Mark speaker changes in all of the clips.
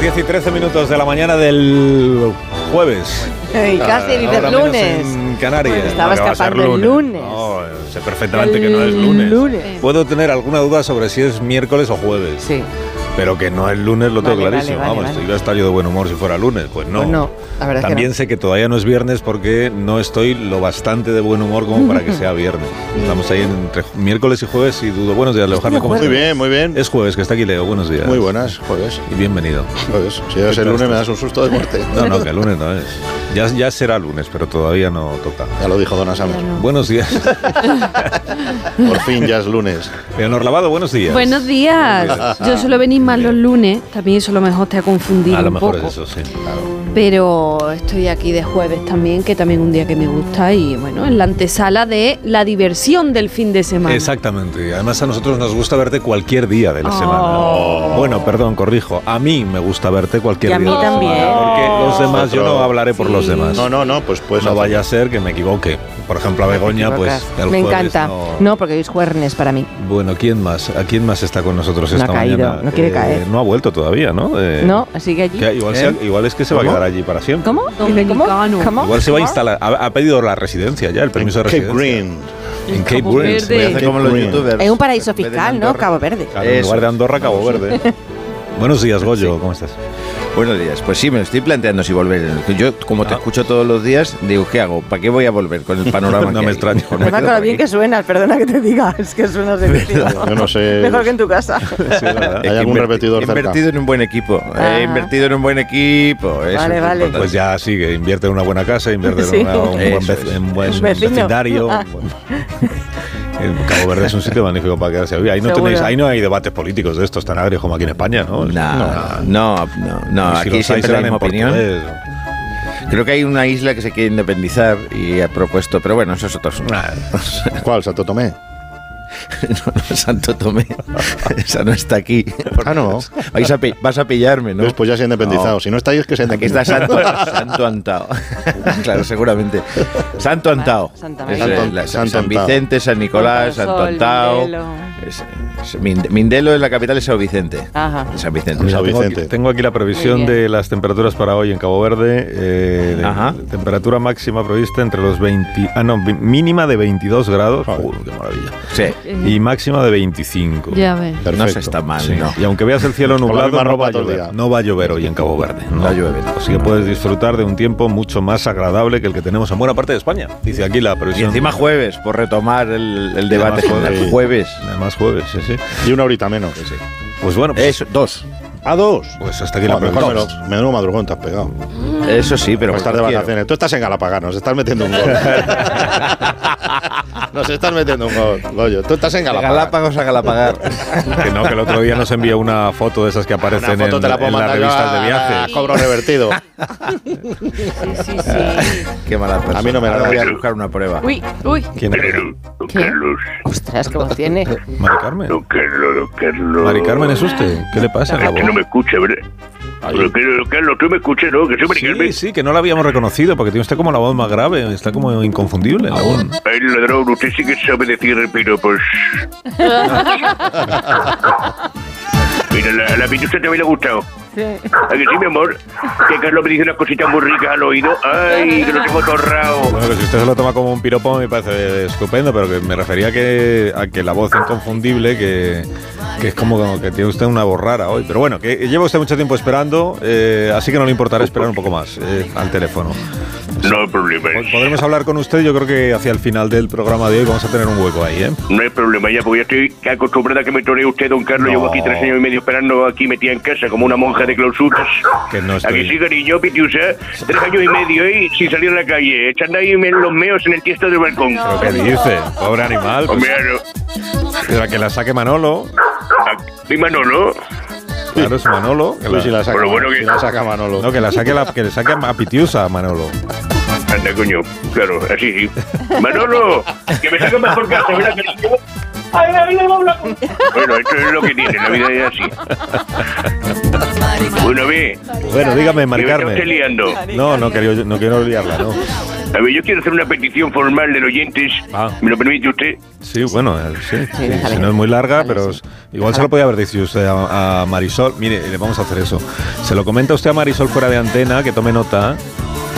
Speaker 1: 10 y 13 minutos de la mañana del jueves. Ah,
Speaker 2: Y casi dices
Speaker 1: Ahora menos
Speaker 2: lunes.
Speaker 1: En Canarias.
Speaker 2: Pues estaba
Speaker 1: No, que va a ser
Speaker 2: escapando el lunes.
Speaker 1: No, sé perfectamente que no es
Speaker 2: El
Speaker 1: lunes.
Speaker 2: lunes.
Speaker 1: Puedo tener alguna duda sobre si es miércoles o jueves.
Speaker 2: Sí.
Speaker 1: Pero que no es lunes lo tengo
Speaker 2: Vale, vale,
Speaker 1: clarísimo.
Speaker 2: vale,
Speaker 1: Vamos,
Speaker 2: vale.
Speaker 1: iba a estar yo de buen humor si fuera lunes. Pues no.
Speaker 2: Pues no, la verdad es que
Speaker 1: También
Speaker 2: no.
Speaker 1: sé que todavía no es viernes porque no estoy lo bastante de buen humor como para que sea viernes. Estamos ahí entre miércoles y jueves y dudo. Buenos días, Leo Harley, ¿cómo
Speaker 3: Muy
Speaker 1: estás?
Speaker 3: bien, muy bien.
Speaker 1: Es jueves, que está aquí Leo. Buenos días.
Speaker 3: Muy buenas, jueves.
Speaker 1: Y bienvenido.
Speaker 3: Jueves. Si llegas el
Speaker 1: tal
Speaker 3: lunes me das
Speaker 1: estás?
Speaker 3: un susto de muerte.
Speaker 1: No, no, que el lunes no es. Ya, ya será lunes, pero todavía no toca.
Speaker 3: Ya lo dijo Dona Summer.
Speaker 1: Buenos días.
Speaker 3: Por fin ya es lunes.
Speaker 1: Leonor Lavado, buenos días.
Speaker 4: Buenos días.
Speaker 1: Buenos días.
Speaker 4: Yo suelo venir más los lunes, también eso a lo mejor te ha confundido
Speaker 1: A lo
Speaker 4: un
Speaker 1: mejor
Speaker 4: poco.
Speaker 1: es eso, sí.
Speaker 4: Pero estoy aquí de jueves también, que también un día que me gusta y bueno, en la antesala de la diversión del fin de semana.
Speaker 1: Exactamente. Y Además a nosotros nos gusta verte cualquier día de la
Speaker 4: Oh.
Speaker 1: semana. Bueno, perdón, corrijo. A mí me gusta verte cualquier
Speaker 2: Y a
Speaker 1: día.
Speaker 2: mí
Speaker 1: de la semana,
Speaker 2: también.
Speaker 1: Porque los demás, yo no
Speaker 3: Nosotros-
Speaker 1: hablaré por los demás.
Speaker 3: No, no, no, pues pues
Speaker 1: no vaya a ser que me equivoque. Por ejemplo, a Begoña, pues el
Speaker 2: Me
Speaker 1: jueves
Speaker 2: encanta.
Speaker 1: no-
Speaker 2: No. porque hoy es jueves para mí.
Speaker 1: Bueno, ¿quién más? ¿A quién más está con nosotros
Speaker 2: No ha
Speaker 1: esta
Speaker 2: caído,
Speaker 1: mañana? Eh,
Speaker 2: no quiere caer.
Speaker 1: No ha vuelto todavía, ¿no? Eh,
Speaker 2: ¿No? Sigue allí.
Speaker 1: que igual, sea-
Speaker 3: ¿Eh?
Speaker 1: igual es que se va a
Speaker 3: ¿Cómo?
Speaker 1: quedar allí para siempre.
Speaker 2: ¿Cómo? Dice, ¿Cómo?
Speaker 4: Dominicano.
Speaker 2: ¿Cómo?
Speaker 1: Igual se va a
Speaker 2: ¿Cómo?
Speaker 1: instalar. Ha, ha pedido la residencia ya, el permiso de
Speaker 3: Cape
Speaker 1: residencia.
Speaker 3: Green.
Speaker 1: En
Speaker 4: En
Speaker 1: Cape
Speaker 4: Cabo
Speaker 1: Green.
Speaker 4: Verde.
Speaker 1: sí.
Speaker 3: hacer como los youtubers.
Speaker 2: Es un paraíso fiscal, ¿no? Cabo Verde.
Speaker 1: Claro, en
Speaker 5: Eso
Speaker 1: lugar de Andorra, Cabo Verde. Pues Buenos días, Goyo.
Speaker 5: Sí.
Speaker 1: ¿Cómo estás?
Speaker 5: Buenos días. Pues sí, me lo estoy planteando si volver. Yo, como te
Speaker 1: Ah.
Speaker 5: escucho todos los días, digo, ¿qué hago? ¿Para qué voy a volver con el panorama?
Speaker 1: No
Speaker 5: que
Speaker 1: me
Speaker 5: hay?
Speaker 1: extraño.
Speaker 5: Pues
Speaker 2: Perdona
Speaker 5: me quedo
Speaker 2: con lo
Speaker 5: por
Speaker 2: bien
Speaker 5: aquí.
Speaker 2: que suenas, perdona que te diga, es que suenas de vestido.
Speaker 3: Yo no
Speaker 1: Pues,
Speaker 3: sé.
Speaker 2: Mejor que en tu casa.
Speaker 5: Es
Speaker 3: Hay
Speaker 5: que
Speaker 3: algún
Speaker 5: inverti-
Speaker 3: repetidor
Speaker 5: He
Speaker 3: cerca.
Speaker 5: invertido en un buen equipo.
Speaker 2: Ah.
Speaker 5: He invertido en un buen equipo.
Speaker 2: Vale,
Speaker 5: Eso es lo
Speaker 2: vale.
Speaker 5: importante.
Speaker 1: Pues ya sigue. Invierte en una buena casa, invierte en
Speaker 2: Sí.
Speaker 1: una- un, buen
Speaker 5: Eso
Speaker 1: vec-
Speaker 5: es.
Speaker 1: en buen
Speaker 2: Un vecino.
Speaker 1: pues, vecindario.
Speaker 2: Ah.
Speaker 1: Bueno. El Cabo Verde es un sitio magnífico para quedarse a vivir. Ahí no,
Speaker 2: Seguro.
Speaker 1: tenéis, ahí no hay debates políticos de estos tan agrios como aquí en España, ¿no?
Speaker 5: No, no, no, no,
Speaker 1: Y si
Speaker 5: aquí
Speaker 1: los hay,
Speaker 5: siempre la
Speaker 1: serán
Speaker 5: misma
Speaker 1: en
Speaker 5: opinión.
Speaker 1: portugués.
Speaker 5: Creo que hay una isla que se quiere independizar y ha propuesto, pero bueno, eso es otro asunto.
Speaker 1: Nah,
Speaker 3: ¿Cuál? Santo Tomé.
Speaker 5: No, no, Santo Tomé, esa no está aquí.
Speaker 3: Ah, no.
Speaker 5: Vais a pi- vas a pillarme, ¿no?
Speaker 3: Después ya se ha independizado.
Speaker 5: No.
Speaker 3: Si no está ahí es que se ha
Speaker 5: Aquí está
Speaker 3: independizado.
Speaker 5: Santo, Santo Antao. claro, seguramente. Santo Antao.
Speaker 2: Santa
Speaker 5: Eso
Speaker 2: María.
Speaker 5: es, la-
Speaker 3: Santo
Speaker 5: San
Speaker 3: Antao.
Speaker 5: Vicente, San Nicolás,
Speaker 4: Punta del
Speaker 5: Santo
Speaker 4: Sol,
Speaker 5: Antao.
Speaker 4: Mindelo.
Speaker 5: Es- es- Mind- Mindelo es la capital de San Vicente.
Speaker 2: Ajá.
Speaker 5: San Vicente.
Speaker 3: San
Speaker 1: tengo, aquí,
Speaker 3: Vicente.
Speaker 1: tengo aquí la previsión
Speaker 4: Muy bien.
Speaker 1: de las temperaturas para hoy en Cabo Verde. eh, de-
Speaker 5: Ajá.
Speaker 1: Temperatura máxima prevista entre los 20. Ah, no, vi- mínima de 22 grados. Uy, qué maravilla.
Speaker 5: Sí,
Speaker 1: Y máxima de 25.
Speaker 4: Ya ves.
Speaker 3: Perfecto.
Speaker 5: no se está mal,
Speaker 1: Sí.
Speaker 5: no.
Speaker 1: Y aunque veas el cielo
Speaker 3: Con la
Speaker 1: nublado,
Speaker 3: misma
Speaker 1: no
Speaker 3: ropa
Speaker 1: va, a
Speaker 3: todo el
Speaker 1: llover,
Speaker 3: día.
Speaker 1: no va a llover hoy en Cabo Verde.
Speaker 5: No llueve, no.
Speaker 1: Así que puedes disfrutar de un tiempo mucho más agradable que el que tenemos en buena parte de España. Dice aquí la
Speaker 5: Y
Speaker 1: previsión.
Speaker 5: encima jueves, por retomar el, el
Speaker 1: además
Speaker 5: debate. general.
Speaker 1: jueves.
Speaker 5: Jueves.
Speaker 1: Además, jueves, sí, sí.
Speaker 3: Y una horita menos.
Speaker 1: Pues bueno, pues,
Speaker 5: Eso, dos.
Speaker 3: ¿A dos?
Speaker 1: pues hasta aquí la
Speaker 3: Joder,
Speaker 1: previsión.
Speaker 3: mejor me lo- menudo madrugón te has pegado.
Speaker 5: Eso sí, pero
Speaker 3: Pero estar de
Speaker 5: cualquier-
Speaker 3: vacaciones. Tú estás en Galapaganos, estás metiendo un gol. Nos estás metiendo un gol, Goyo. Tú estás en
Speaker 5: De
Speaker 3: Galapagos.
Speaker 5: Galápagos a Galapagar.
Speaker 1: Que no, que el otro día nos envió una foto de esas que
Speaker 3: Una
Speaker 1: aparecen
Speaker 3: foto
Speaker 1: en,
Speaker 3: te la puedo
Speaker 1: en las
Speaker 3: mandar yo
Speaker 1: revistas
Speaker 3: a-
Speaker 1: de
Speaker 3: a
Speaker 1: viaje.
Speaker 3: cobro revertido.
Speaker 4: Sí, sí, sí.
Speaker 5: Qué mala persona.
Speaker 3: mí no me
Speaker 5: Ahora
Speaker 3: da.
Speaker 5: voy a buscar una prueba.
Speaker 4: Uy, uy.
Speaker 1: ¿Quién era?
Speaker 6: Don
Speaker 2: ¿Qué?
Speaker 6: Carlos,
Speaker 2: Ostras, cómo tiene.
Speaker 1: Mari Carmen.
Speaker 6: don Carlos, don Carlos.
Speaker 1: Mari Carmen, ¿es usted? ¿Qué le pasa a la
Speaker 6: Ah, que no me
Speaker 1: voz?
Speaker 6: escucha, ¿verdad? Don Carlos, don Carlos, tú me escuchas, ¿no? Que soy Mari
Speaker 1: Sí,
Speaker 6: Carmen.
Speaker 1: sí, que no la habíamos reconocido porque tiene usted como la voz más grave, está como inconfundible la voz.
Speaker 6: Ay, ladrón, usted sí que sabe decir pues, piropos. Mira, la, la pitusa también le ha gustado. ¿A que sí, mi amor? Que Carlos me dice unas cositas muy ricas al oído. Ay, que lo tengo torrado.
Speaker 1: Bueno, que si usted se lo toma como un piropo me parece estupendo, pero que me refería que, a que la voz inconfundible, que, que es como, como que tiene usted una voz rara hoy. Pero bueno, que lleva usted mucho tiempo esperando, eh, así que no le importará esperar un poco más eh, al teléfono.
Speaker 6: No hay problema.
Speaker 1: Pod- Podremos hablar con usted, yo creo que hacia el final del programa de hoy vamos a tener un hueco ahí, ¿eh?
Speaker 6: No hay problema ya, porque yo estoy acostumbrada a que me toree usted, don Carlos.
Speaker 1: No.
Speaker 6: Llevo aquí tres años y medio esperando aquí metida en casa como una monja de clausuras.
Speaker 1: Que no estoy-
Speaker 6: Aquí sí, cariño, Pitiusa. Tres años y medio y sin salir a la calle. Echando ahí en los meos en el tiesto del balcón.
Speaker 1: ¿Pero qué dice? Pobre animal. pues,
Speaker 6: Hombre, claro.
Speaker 1: pero que la saque Manolo.
Speaker 6: A- mi Ah, Manolo.
Speaker 1: Claro, es Manolo. Que
Speaker 3: Uy, si
Speaker 1: la,
Speaker 3: la saca,
Speaker 6: Pero bueno que-
Speaker 3: si la saca Manolo.
Speaker 1: no, que la saque, la, que le saque a Pitiusa, Manolo.
Speaker 6: Anda, coño. Claro, así sí. Manolo, que me saca mejor casa, ¿verdad, cariño? ¡Ay, la vida de Blanco! Bueno, esto es lo que tiene, la vida es así. Bueno, ve, que
Speaker 1: Bueno, dígame,
Speaker 6: me está usted
Speaker 1: marcarme.
Speaker 6: liando.
Speaker 1: No, no quiero, no quiero liarla, no.
Speaker 6: A ver, yo quiero hacer una petición formal del oyentes.
Speaker 1: Ah.
Speaker 6: ¿Me lo permite usted?
Speaker 1: Sí, bueno, eh, sí. sí,
Speaker 2: déjale.
Speaker 1: si no es muy larga,
Speaker 2: Déjale,
Speaker 1: pero
Speaker 2: sí.
Speaker 1: s- igual se lo podía haber dicho usted a, a Marisol. Mire, le vamos a hacer eso. Se lo comenta usted a Marisol fuera de antena, que tome nota.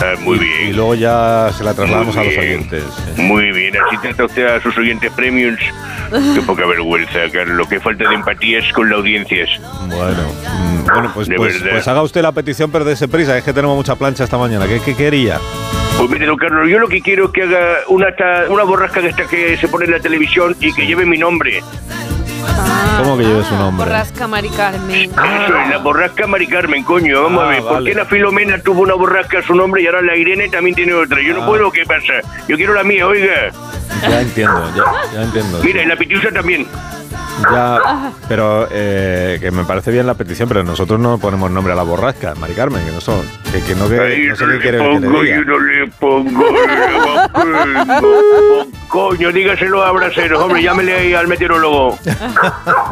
Speaker 6: Ah, muy
Speaker 1: Y
Speaker 6: bien.
Speaker 1: luego ya se la trasladamos a
Speaker 6: Muy
Speaker 1: los
Speaker 6: bien.
Speaker 1: oyentes. sí.
Speaker 6: Muy bien, así trata usted a sus oyentes premiums. Qué poca vergüenza, Carlos. Qué falta de empatías con la audiencia. es.
Speaker 1: Bueno, mm, bueno pues,
Speaker 6: De
Speaker 1: pues,
Speaker 6: verdad.
Speaker 1: pues haga usted la petición, pero dése prisa. Es que tenemos mucha plancha esta mañana. ¿Qué, qué quería?
Speaker 6: Pues mire, don Carlos, yo lo que quiero es que haga una, ta- una borrasca de esta que se pone en la televisión y que lleve mi nombre.
Speaker 1: ¿Cómo que lleve su nombre?
Speaker 4: Borrasca Mari Carmen.
Speaker 6: Eso es, la borrasca Mari Carmen, coño. Vamos
Speaker 1: Ah,
Speaker 6: a ver, ¿por
Speaker 1: vale.
Speaker 6: qué la Filomena tuvo una borrasca a su nombre y ahora la Irene también tiene otra? Yo
Speaker 1: Ah.
Speaker 6: no puedo, ¿qué pasa? Yo quiero la mía, oiga.
Speaker 1: Ya entiendo, ya, ya entiendo.
Speaker 6: Mira, y la Pitiusa también. Ah.
Speaker 1: Ya, pero eh, que me parece bien la petición, pero nosotros no ponemos nombre a la borrasca, Mari Carmen, que no son. Que, que no, que,
Speaker 6: Ahí
Speaker 1: no sé
Speaker 6: no
Speaker 1: qué
Speaker 6: le
Speaker 1: quiere que le
Speaker 6: pongo,
Speaker 1: diga.
Speaker 6: yo no le pongo, yo no pongo. Coño, dígaselo a Braceros, hombre, llámele ahí al meteorólogo.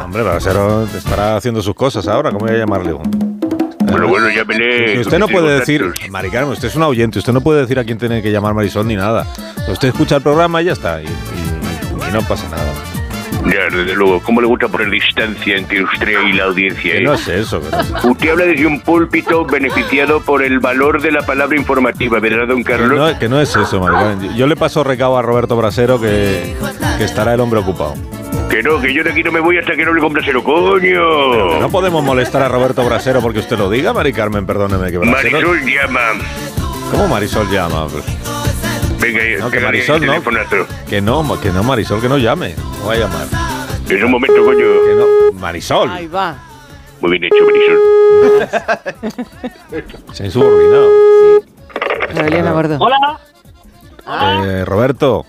Speaker 1: Hombre, Brasero estará haciendo sus cosas ahora, ¿cómo voy a llamarle?
Speaker 6: Bueno, bueno,
Speaker 1: Que
Speaker 6: llámele.
Speaker 1: usted no
Speaker 6: Tiene
Speaker 1: puede decir,
Speaker 6: contactos.
Speaker 1: Mari Carmen, usted es un oyente, usted no puede decir a quién tiene que llamar Marisol ni nada. Usted escucha el programa y ya está, y, y- y no pasa nada.
Speaker 6: Ya, desde luego, ¿cómo le gusta poner distancia entre usted y la audiencia?
Speaker 1: Que
Speaker 6: eh?
Speaker 1: no es eso, que no es-
Speaker 6: Usted habla desde un púlpito beneficiado por el valor de la palabra informativa, ¿verdad, don
Speaker 1: que
Speaker 6: Carlos?
Speaker 1: no, que no es eso, Mari Carmen. Yo- Yo le paso recado a Roberto Brasero que, que estará el hombre ocupado.
Speaker 6: Que no, que yo de aquí no me voy hasta que no le compre cero,
Speaker 1: Que No
Speaker 6: coño.
Speaker 1: podemos molestar a Roberto Brasero porque usted lo diga, Mari Carmen, perdóneme que Brasero.
Speaker 6: Marisol llama.
Speaker 1: ¿Cómo Marisol llama?
Speaker 6: Venga,
Speaker 1: No, que
Speaker 6: pégale
Speaker 1: Marisol
Speaker 6: el
Speaker 1: no.
Speaker 6: telefonazo.
Speaker 1: Que no, que no, Marisol, que no llame. No va a llamar.
Speaker 6: En un momento, coño.
Speaker 1: Que no, Marisol.
Speaker 2: Ahí va.
Speaker 6: Muy bien hecho, Marisol.
Speaker 1: Se ha insubordinado.
Speaker 2: Rebelión a bordo.
Speaker 7: Hola,
Speaker 1: Eh, Roberto.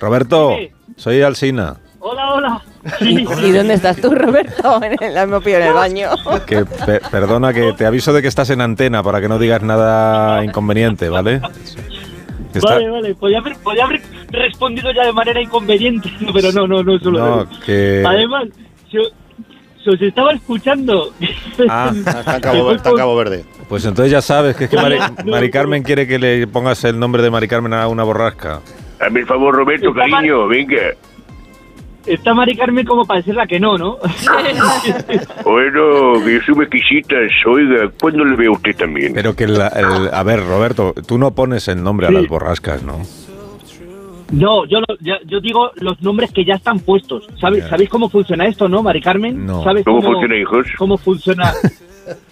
Speaker 1: Roberto,
Speaker 7: Sí.
Speaker 1: soy Alsina.
Speaker 7: hola, hola.
Speaker 2: ¿Y, y dónde estás tú, Roberto? En el, me pillo en el baño.
Speaker 1: Que pe- perdona que te aviso de que estás en antena para que no digas nada inconveniente, ¿vale? Que está-
Speaker 7: Vale, vale, podía haber, podía haber respondido ya de manera inconveniente, pero no, no, no, solo.
Speaker 1: No, que
Speaker 7: Además, si, o- si os estaba escuchando.
Speaker 1: Ah,
Speaker 3: Está en Cabo, Verde- está en Cabo Verde.
Speaker 1: pues entonces ya sabes que es que Mari,
Speaker 7: No, no,
Speaker 1: Mari
Speaker 7: no.
Speaker 1: Carmen quiere que le pongas el nombre de Mari Carmen a una borrasca.
Speaker 6: Hazme el favor, Roberto,
Speaker 7: Está mal.
Speaker 6: cariño, venga.
Speaker 7: Está Mari Carmen como para decirla que no, ¿no?
Speaker 6: Bueno, que yo soy exquisita, oiga, ¿cuándo le veo a usted también?
Speaker 1: Pero que la- el- a ver, Roberto, tú no pones el nombre a las
Speaker 7: Sí.
Speaker 1: borrascas, ¿no?
Speaker 7: No, yo, lo- ya- yo digo los nombres que ya están puestos. ¿Sabe-
Speaker 1: Ya.
Speaker 7: ¿Sabéis cómo funciona esto, no, Mari Carmen?
Speaker 1: No.
Speaker 7: ¿Sabes
Speaker 6: ¿Cómo funciona, hijos?
Speaker 7: ¿Cómo funciona?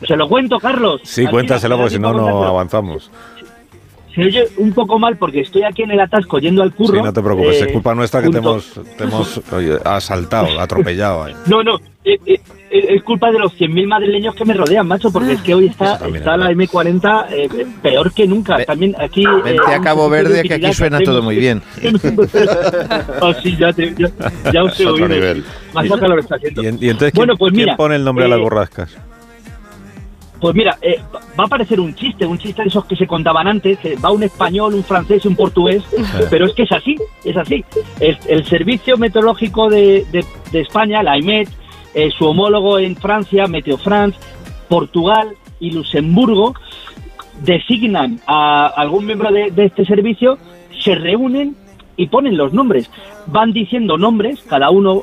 Speaker 7: Se lo cuento, Carlos.
Speaker 1: Sí,
Speaker 7: Aquí,
Speaker 1: cuéntaselo porque
Speaker 7: aquí
Speaker 1: si no, no
Speaker 7: vamos a-
Speaker 1: avanzamos.
Speaker 7: Se oye un poco mal porque estoy aquí en el atasco yendo al curro.
Speaker 1: Sí, no te preocupes,
Speaker 7: Eh,
Speaker 1: es culpa nuestra que te
Speaker 7: junto-
Speaker 1: hemos, te hemos oye, asaltado, atropellado. ahí.
Speaker 7: No, no, eh, eh, eh, es culpa de los 100.000 madrileños que me rodean, macho, porque es que hoy está,
Speaker 1: Eso también
Speaker 7: está
Speaker 1: es
Speaker 7: la M40 eh, peor que nunca.
Speaker 5: Ve- ah,
Speaker 7: También aquí...
Speaker 5: Vente
Speaker 7: eh,
Speaker 5: a Cabo
Speaker 7: un poquito de
Speaker 5: Verde que
Speaker 7: utilidad
Speaker 5: aquí suena todo
Speaker 7: hacemos.
Speaker 5: muy bien.
Speaker 7: Ah, sí, ya, te- ya, ya os he
Speaker 3: Es otro
Speaker 7: oído.
Speaker 3: nivel.
Speaker 7: Más calor está haciendo.
Speaker 1: Y, en- y entonces, ¿quién,
Speaker 7: Bueno, pues
Speaker 1: quién
Speaker 7: mira,
Speaker 1: pone el nombre a
Speaker 7: eh,
Speaker 1: las borrascas?
Speaker 7: Pues mira, eh, va a parecer un chiste, un chiste de esos que se contaban antes. eh, va un español, un francés, un portugués, pero es que es así, es así. El, el Servicio Meteorológico de, de- de España, la IMET, eh, su homólogo en Francia, Meteofrance, Portugal y Luxemburgo, designan a algún miembro de, de este servicio, se reúnen y ponen los nombres. Van diciendo nombres, cada uno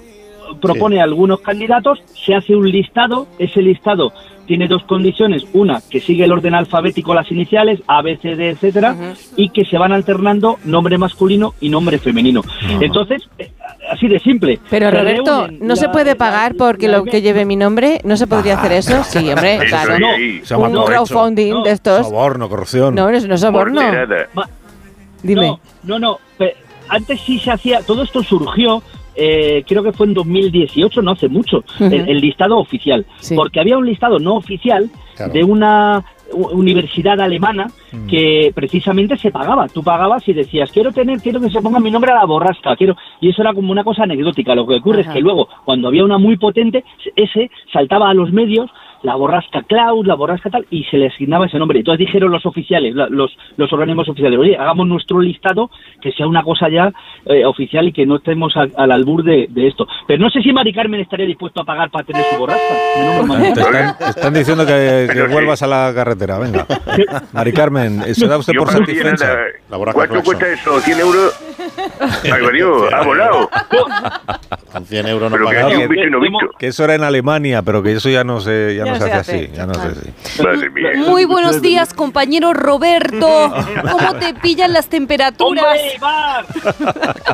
Speaker 7: propone algunos candidatos, se hace un listado, ese listado tiene dos condiciones, una que sigue el orden alfabético las iniciales, A, B, C, D, etcétera, y que se van alternando nombre masculino y nombre femenino. Entonces, eh, así de simple.
Speaker 2: Pero
Speaker 7: Se
Speaker 2: Roberto,
Speaker 7: reúnen
Speaker 2: ¿no se
Speaker 7: la-
Speaker 2: puede
Speaker 7: la-
Speaker 2: pagar porque
Speaker 7: la-
Speaker 2: lo que lleve mi nombre? ¿No se podría hacer eso? Sí, hombre,
Speaker 6: Eso
Speaker 2: claro.
Speaker 6: es,
Speaker 7: no.
Speaker 6: ahí.
Speaker 1: Se llama
Speaker 2: Un
Speaker 1: correcto.
Speaker 2: crowdfunding
Speaker 7: No,
Speaker 2: de estos.
Speaker 1: Soborno, corrupción.
Speaker 2: No, no es no es soborno.
Speaker 6: Morterada.
Speaker 2: Dime.
Speaker 7: No, no, no. pe- Antes sí se hacía, todo esto surgió, eh, creo que fue en 2018, no hace mucho,
Speaker 2: Ujú.
Speaker 7: el, el listado oficial.
Speaker 2: Sí.
Speaker 7: Porque había un listado no oficial
Speaker 3: Claro.
Speaker 7: de una u- universidad alemana que precisamente se pagaba. Tú pagabas y decías, quiero tener, quiero que se ponga mi nombre a la borrasca, quiero. Y eso era como una cosa anecdótica. Lo que ocurre
Speaker 2: Ajá.
Speaker 7: es que luego, cuando había una muy potente, ese saltaba a los medios la borrasca Klaus, la borrasca tal, y se le asignaba ese nombre. Entonces dijeron los oficiales, la- los, los organismos oficiales, oye, hagamos nuestro listado que sea una cosa ya eh, oficial y que no estemos al, al albur de, de esto. Pero no sé si Mari Carmen estaría dispuesto a pagar para tener su borrasca.
Speaker 6: pues
Speaker 7: Menos mal.
Speaker 1: Te están, te están diciendo que, que vuelvas a la carretera, venga. Mari Carmen, eh, ¿se da usted
Speaker 6: Yo
Speaker 1: por
Speaker 6: pagaría
Speaker 1: satisfecha?
Speaker 6: nada.
Speaker 3: La borraca
Speaker 6: ¿Cuánto
Speaker 3: Clarkson.
Speaker 6: cuesta eso? ¿100 euros? Ay, Mario, ha volado.
Speaker 3: Con 100 euros no
Speaker 6: Pero que
Speaker 3: pagas.
Speaker 6: aquí un
Speaker 1: que-
Speaker 6: bicho no visto.
Speaker 1: Que eso era en Alemania, pero que eso ya no se, ya no se, hace, así. Ya no se hace.
Speaker 6: Madre mía.
Speaker 4: Muy buenos días, compañero Roberto. ¿Cómo te pillan las
Speaker 7: ¡Hombre,
Speaker 4: temperaturas?
Speaker 7: Mar!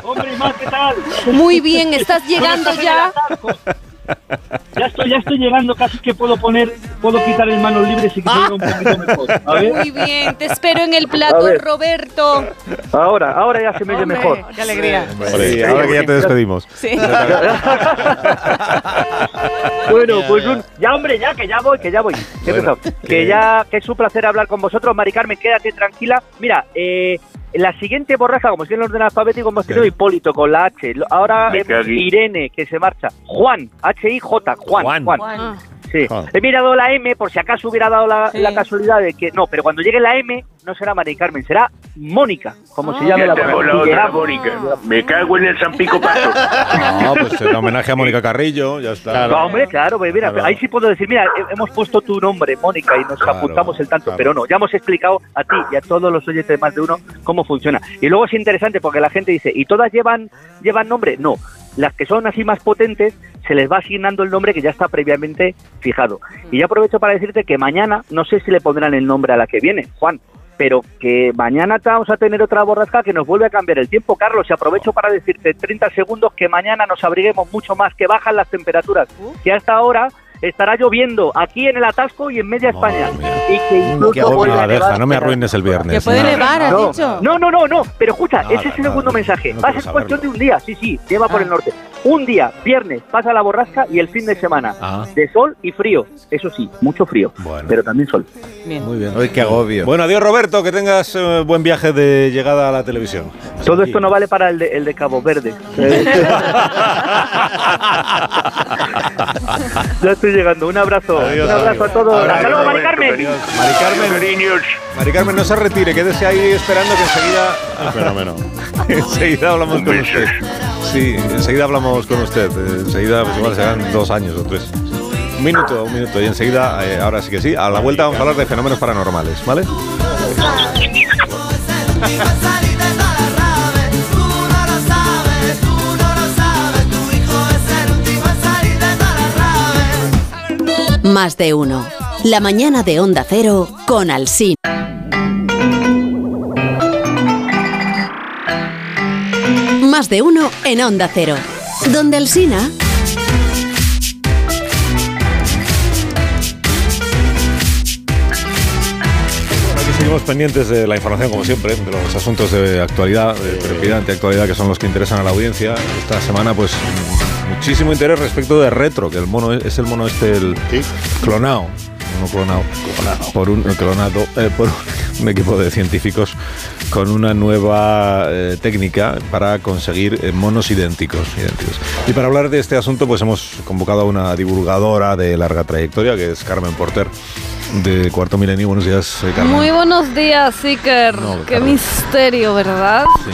Speaker 7: ¡Hombre, Mar, qué tal!
Speaker 4: Muy bien, estás llegando
Speaker 7: Buenas tardes,
Speaker 4: ya.
Speaker 7: Alarco. Ya estoy, ya estoy llegando, casi que puedo poner, puedo quitar el manos libres y que se oiga un poquito mejor. A ver,
Speaker 4: Muy bien, te espero en el plato,
Speaker 7: ver.
Speaker 4: Roberto.
Speaker 7: ahora, ahora ya se me oye
Speaker 2: Hombre,
Speaker 7: mejor.
Speaker 2: Qué alegría.
Speaker 1: Hombre, ahora que ya te despedimos.
Speaker 2: Sí.
Speaker 7: Bueno, pues un- ya hombre, ya que ya voy, que ya voy. Que, he
Speaker 1: Bueno,
Speaker 7: empezado.
Speaker 1: que-
Speaker 7: Que ya que es un placer hablar con vosotros, Mari Carmen, quédate tranquila. Mira, eh, la siguiente borraja, como estoy en el orden alfabético, hemos tenido
Speaker 1: Sí.
Speaker 7: Hipólito con la H. Lo- Ahora
Speaker 6: Me
Speaker 7: eh,
Speaker 6: cagué.
Speaker 7: Irene, que se marcha. Juan, H-I-J, Juan,
Speaker 1: Juan.
Speaker 7: Juan.
Speaker 2: Juan.
Speaker 7: Sí.
Speaker 1: Juan.
Speaker 7: He mirado la M por si acaso hubiera dado la,
Speaker 2: Sí.
Speaker 7: la casualidad de que no, pero cuando llegue la M no será Mari Carmen, será Mónica, como se llame
Speaker 6: Ya
Speaker 7: la
Speaker 6: está
Speaker 7: borraja.
Speaker 6: volado
Speaker 7: Será
Speaker 6: la Mónica. Me cago en el Sampico Paso.
Speaker 1: No, pues en homenaje a Mónica Carrillo, ya está.
Speaker 7: No, hombre, claro, pues mira,
Speaker 1: Claro.
Speaker 7: ahí sí puedo decir, mira, he- hemos puesto tu nombre, Mónica, y nos
Speaker 1: Claro,
Speaker 7: apuntamos el tanto,
Speaker 1: claro.
Speaker 7: pero no, ya hemos explicado a ti y a todos los oyentes de más de uno cómo funciona. Y luego es interesante porque la gente dice, ¿y todas llevan, llevan nombre? No, las que son así más potentes se les va asignando el nombre que ya está previamente fijado. Y yo aprovecho para decirte que mañana, no sé si le pondrán el nombre a la que viene, Juan. Pero que mañana te vamos a tener otra borrasca que nos vuelve a cambiar el tiempo, Carlos. Y aprovecho para decirte en 30 segundos que mañana nos abriguemos mucho más, que bajan las temperaturas
Speaker 2: Uh.
Speaker 7: que hasta ahora estará lloviendo aquí en el atasco y en media
Speaker 1: Madre
Speaker 7: España.
Speaker 1: mía.
Speaker 7: Y que
Speaker 5: qué
Speaker 7: incluso vuelve
Speaker 1: No,
Speaker 7: a nevar.
Speaker 1: deja, no me arruines el viernes.
Speaker 2: Que puede
Speaker 1: No.
Speaker 2: nevar, has
Speaker 7: No,
Speaker 2: dicho.
Speaker 7: no, no, no, no, pero escucha,
Speaker 1: Nada,
Speaker 7: ese es el segundo
Speaker 1: nada,
Speaker 7: mensaje.
Speaker 1: no
Speaker 7: Va a
Speaker 1: quiero
Speaker 7: ser cuestión
Speaker 1: saberlo.
Speaker 7: de un día, sí, sí, lleva por
Speaker 2: Ah.
Speaker 7: el norte. Un día, viernes, pasa la borrasca y el fin de semana.
Speaker 1: Ah,
Speaker 7: De sol y frío, eso sí, mucho frío,
Speaker 1: Bueno.
Speaker 7: pero también sol.
Speaker 2: Bien.
Speaker 1: muy bien.
Speaker 5: Ay, qué agobio.
Speaker 1: Bueno, adiós Roberto, que tengas eh, buen viaje de llegada a la televisión.
Speaker 7: Todo esto no vale para el de, el de Cabo Verde. ya estoy llegando, un abrazo.
Speaker 1: Adiós,
Speaker 7: un abrazo
Speaker 1: adiós.
Speaker 7: a todos.
Speaker 1: Abrazo,
Speaker 7: Hasta luego, Mari
Speaker 6: Roberto,
Speaker 7: Carmen.
Speaker 6: cariño.
Speaker 1: Mari Carmen,
Speaker 6: Cariños.
Speaker 1: Mari Carmen, no se retire, quédese ahí esperando que enseguida,
Speaker 5: Ah,
Speaker 3: Fenómeno.
Speaker 1: enseguida hablamos con
Speaker 6: Besos.
Speaker 1: usted. Sí, enseguida hablamos con usted. eh, Enseguida, pues igual serán dos años o tres. Un minuto, un minuto. Y enseguida, eh, ahora sí que sí, a la vuelta vamos a hablar de fenómenos paranormales, ¿vale?
Speaker 8: Más de uno. La mañana de Onda Cero con Alsina. Más de uno en Onda Cero. Donde Alsina.
Speaker 1: Aquí seguimos pendientes de la información, como siempre, de los asuntos de actualidad, de trepidante actualidad, que son los que interesan a la audiencia. Esta semana, pues, muchísimo interés respecto de Retro, que el mono es, es el mono este, el
Speaker 3: Sí.
Speaker 1: clonao. Uno clonao. Por un, eh, clonado, eh, por un equipo de científicos con una nueva eh, técnica para conseguir eh, monos idénticos, idénticos. Y para hablar de este asunto, pues hemos convocado a una divulgadora de larga trayectoria, que es Carmen Porter, de Cuarto Milenio. Buenos días, eh, Carmen.
Speaker 9: Muy buenos días, Iker.
Speaker 1: No,
Speaker 9: Qué
Speaker 1: claro.
Speaker 9: misterio, ¿verdad?
Speaker 1: Sí.